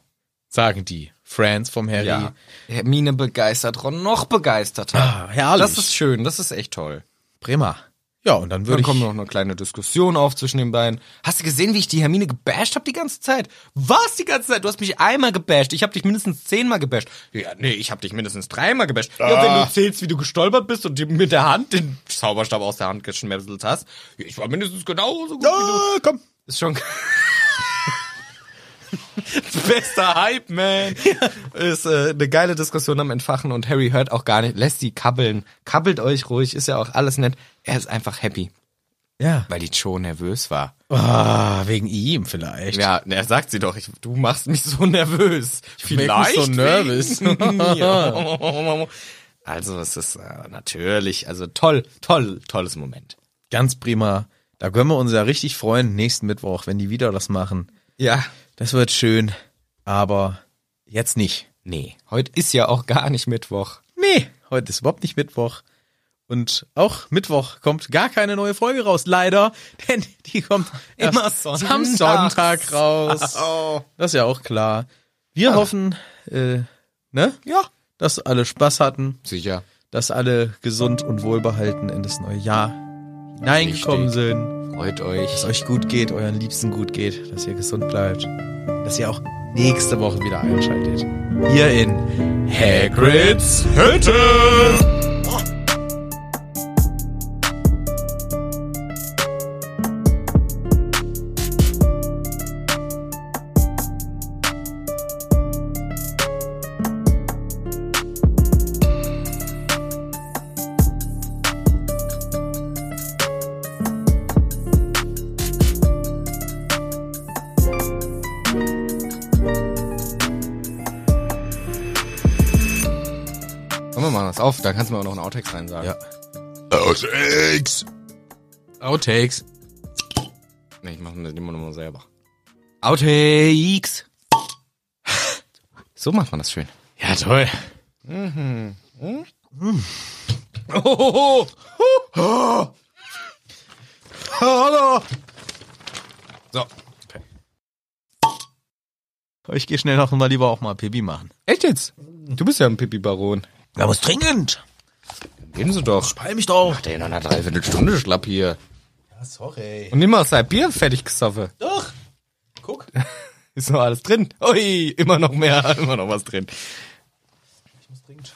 B: sagen die Friends vom Harry.
A: Ja. Hermine begeistert, Ron noch begeisterter.
B: Ah, herrlich.
A: Das ist schön, das ist echt toll.
B: prima. Ja, und dann würde
A: Dann kommt
B: ich...
A: noch eine kleine Diskussion auf zwischen den beiden. Hast du gesehen, wie ich die Hermine gebasht habe die ganze Zeit? Was die ganze Zeit? Du hast mich einmal gebasht. Ich habe dich mindestens zehnmal gebasht. Ja, nee, ich habe dich mindestens dreimal gebasht. Ja, wenn du zählst, wie du gestolpert bist und dir mit der Hand den Zauberstab aus der Hand geschnäpselt hast. Ja, ich war mindestens genauso gut wie du.
B: Ah, komm.
A: Ist schon. Bester Hype, man. Ist äh, eine geile Diskussion am Entfachen und Harry hört auch gar nicht, lässt sie kabbeln. Kabbelt euch ruhig, ist ja auch alles nett. Er ist einfach happy,
B: Ja.
A: weil die Joe nervös war.
B: Ah, wegen ihm vielleicht.
A: Ja, er sagt sie doch, ich, du machst mich so nervös. Vielleicht.
B: so nervös.
A: wegen mir. also es ist äh, natürlich, also toll, toll, tolles Moment.
B: Ganz prima. Da können wir uns ja richtig freuen, nächsten Mittwoch, wenn die wieder das machen.
A: Ja.
B: Das wird schön, aber jetzt nicht.
A: Nee, heute ist ja auch gar nicht Mittwoch.
B: Nee, heute ist überhaupt nicht Mittwoch. Und auch Mittwoch kommt gar keine neue Folge raus, leider, denn die kommt erst
A: Immer sonntags.
B: am Sonntag raus.
A: Oh.
B: Das ist ja auch klar. Wir hoffen, äh, ne,
A: Ja.
B: dass alle Spaß hatten,
A: Sicher.
B: dass alle gesund und wohlbehalten in das neue Jahr hineingekommen
A: Richtig.
B: sind,
A: Freut
B: dass
A: euch.
B: euch gut geht, euren Liebsten gut geht, dass ihr gesund bleibt, dass ihr auch nächste Woche wieder einschaltet. Hier in Hagrid's Hütte.
A: Komm, wir machen das auf. Da kannst du mir auch noch einen Outtakes reinsagen.
B: Ja. Outtakes. Outtakes.
A: Nee, ich mache das immer nur selber. Outtakes. So macht man das schön.
B: Ja, toll.
A: Oh,
B: Hallo.
A: So.
B: Ich gehe schnell noch mal lieber auch mal Pipi machen.
A: Echt jetzt? Du bist ja ein Pipi-Baron.
B: Da muss dringend.
A: Gehen Sie doch.
B: Beeil mich doch.
A: Der in einer Dreiviertelstunde schlapp hier.
B: Ja, sorry.
A: Und immer aus sein Bier fertig gesoffen.
B: Doch. Guck.
A: Ist noch alles drin. Ui, immer noch mehr, immer noch was drin.
B: Ich muss dringend.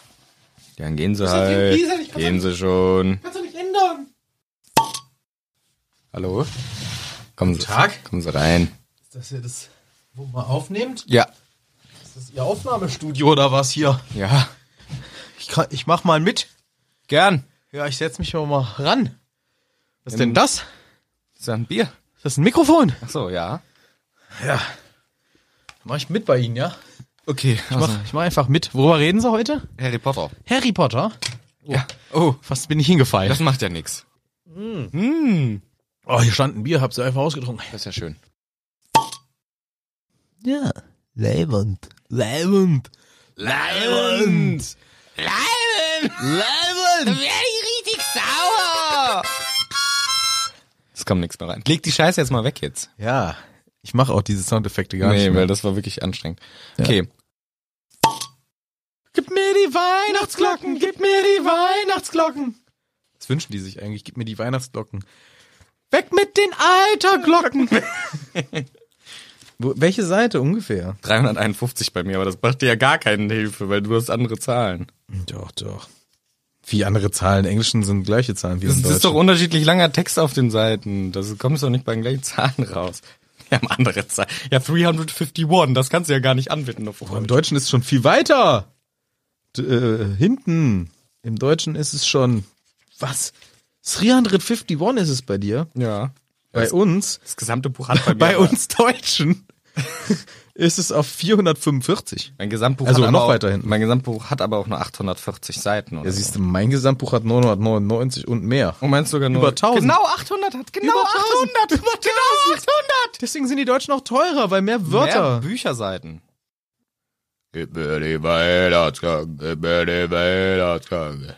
A: Dann gehen Sie
B: doch
A: halt.
B: die Wiese, ich kann's
A: Gehen Sie schon.
B: Kannst du nicht ändern.
A: Hallo? Kommen Sie.
B: Tag.
A: Kommen Sie rein.
B: Ist dass ihr das wo mal aufnehmt.
A: Ja.
B: Ist das Ihr Aufnahmestudio oder was hier?
A: Ja.
B: Ich, kann, ich mach mal mit.
A: Gern.
B: Ja, ich setz mich aber mal ran. Was ist denn das?
A: Ist da ein Bier?
B: Ist das ein Mikrofon?
A: Ach so, ja.
B: Ja. Mach ich mit bei Ihnen, ja? Also.
A: Okay. also.
B: Ich mach, ich mach einfach mit. Worüber reden Sie heute?
A: Harry Potter.
B: Harry Potter.
A: Ja. Oh,
B: Fast bin ich hingefallen.
A: das macht ja Hm. nichts.
B: Oh, hier stand ein Bier, hab's einfach ausgetrunken.
A: Das ist ja schön.
B: Ja. Leibend. Leibend.
A: Leibend. Bleiben!
B: Leibend.
A: werde ich richtig sauer! Es kommt nichts mehr rein. Leg die Scheiße jetzt mal weg jetzt.
B: Ja. Ich mache auch diese Soundeffekte gar
A: Nee,
B: nicht mehr.
A: weil das war wirklich anstrengend. Okay.
B: Gib mir die Weihnachtsglocken, gib mir die Weihnachtsglocken. Was wünschen die sich eigentlich? Gib mir die Weihnachtsglocken. Weg mit den Alterglocken. Wo, welche Seite ungefähr?
A: 351 bei mir, aber das macht dir ja gar keine Hilfe, weil du hast andere Zahlen.
B: Doch, doch. Wie andere Zahlen. Im Englischen sind gleiche Zahlen wie
A: Das
B: im
A: ist doch
B: Deutschen.
A: unterschiedlich langer Text auf den Seiten. Das kommst doch nicht bei den gleichen Zahlen raus. Wir haben andere Zahlen. Ja, 351, das kannst du ja gar nicht anwenden auf
B: Im
A: Deutsch.
B: Deutschen ist es schon viel weiter. D äh, hinten. Im Deutschen ist es schon. Was? 351 ist es bei dir.
A: Ja.
B: Bei uns.
A: Das gesamte Buch hat bei mir.
B: Bei
A: aber-
B: uns Deutschen ist es auf 445.
A: Mein Gesamtbuch
B: Also
A: hat
B: noch
A: aber auch,
B: weiter hinten.
A: Mein Gesamtbuch hat aber auch nur 840 Seiten. Oder
B: Ja, siehst du, mein Gesamtbuch hat 999 und mehr.
A: so. Du meinst sogar nur
B: Über 1000.
A: Genau 800 hat genau
B: Über
A: 800 über 1000.
B: Deswegen sind die Deutschen auch teurer, weil mehr
A: Genau 800 mehr Bücherseiten.
C: Gib mir die Weihnachtsglocken, gib mir die Weihnachtsglocken.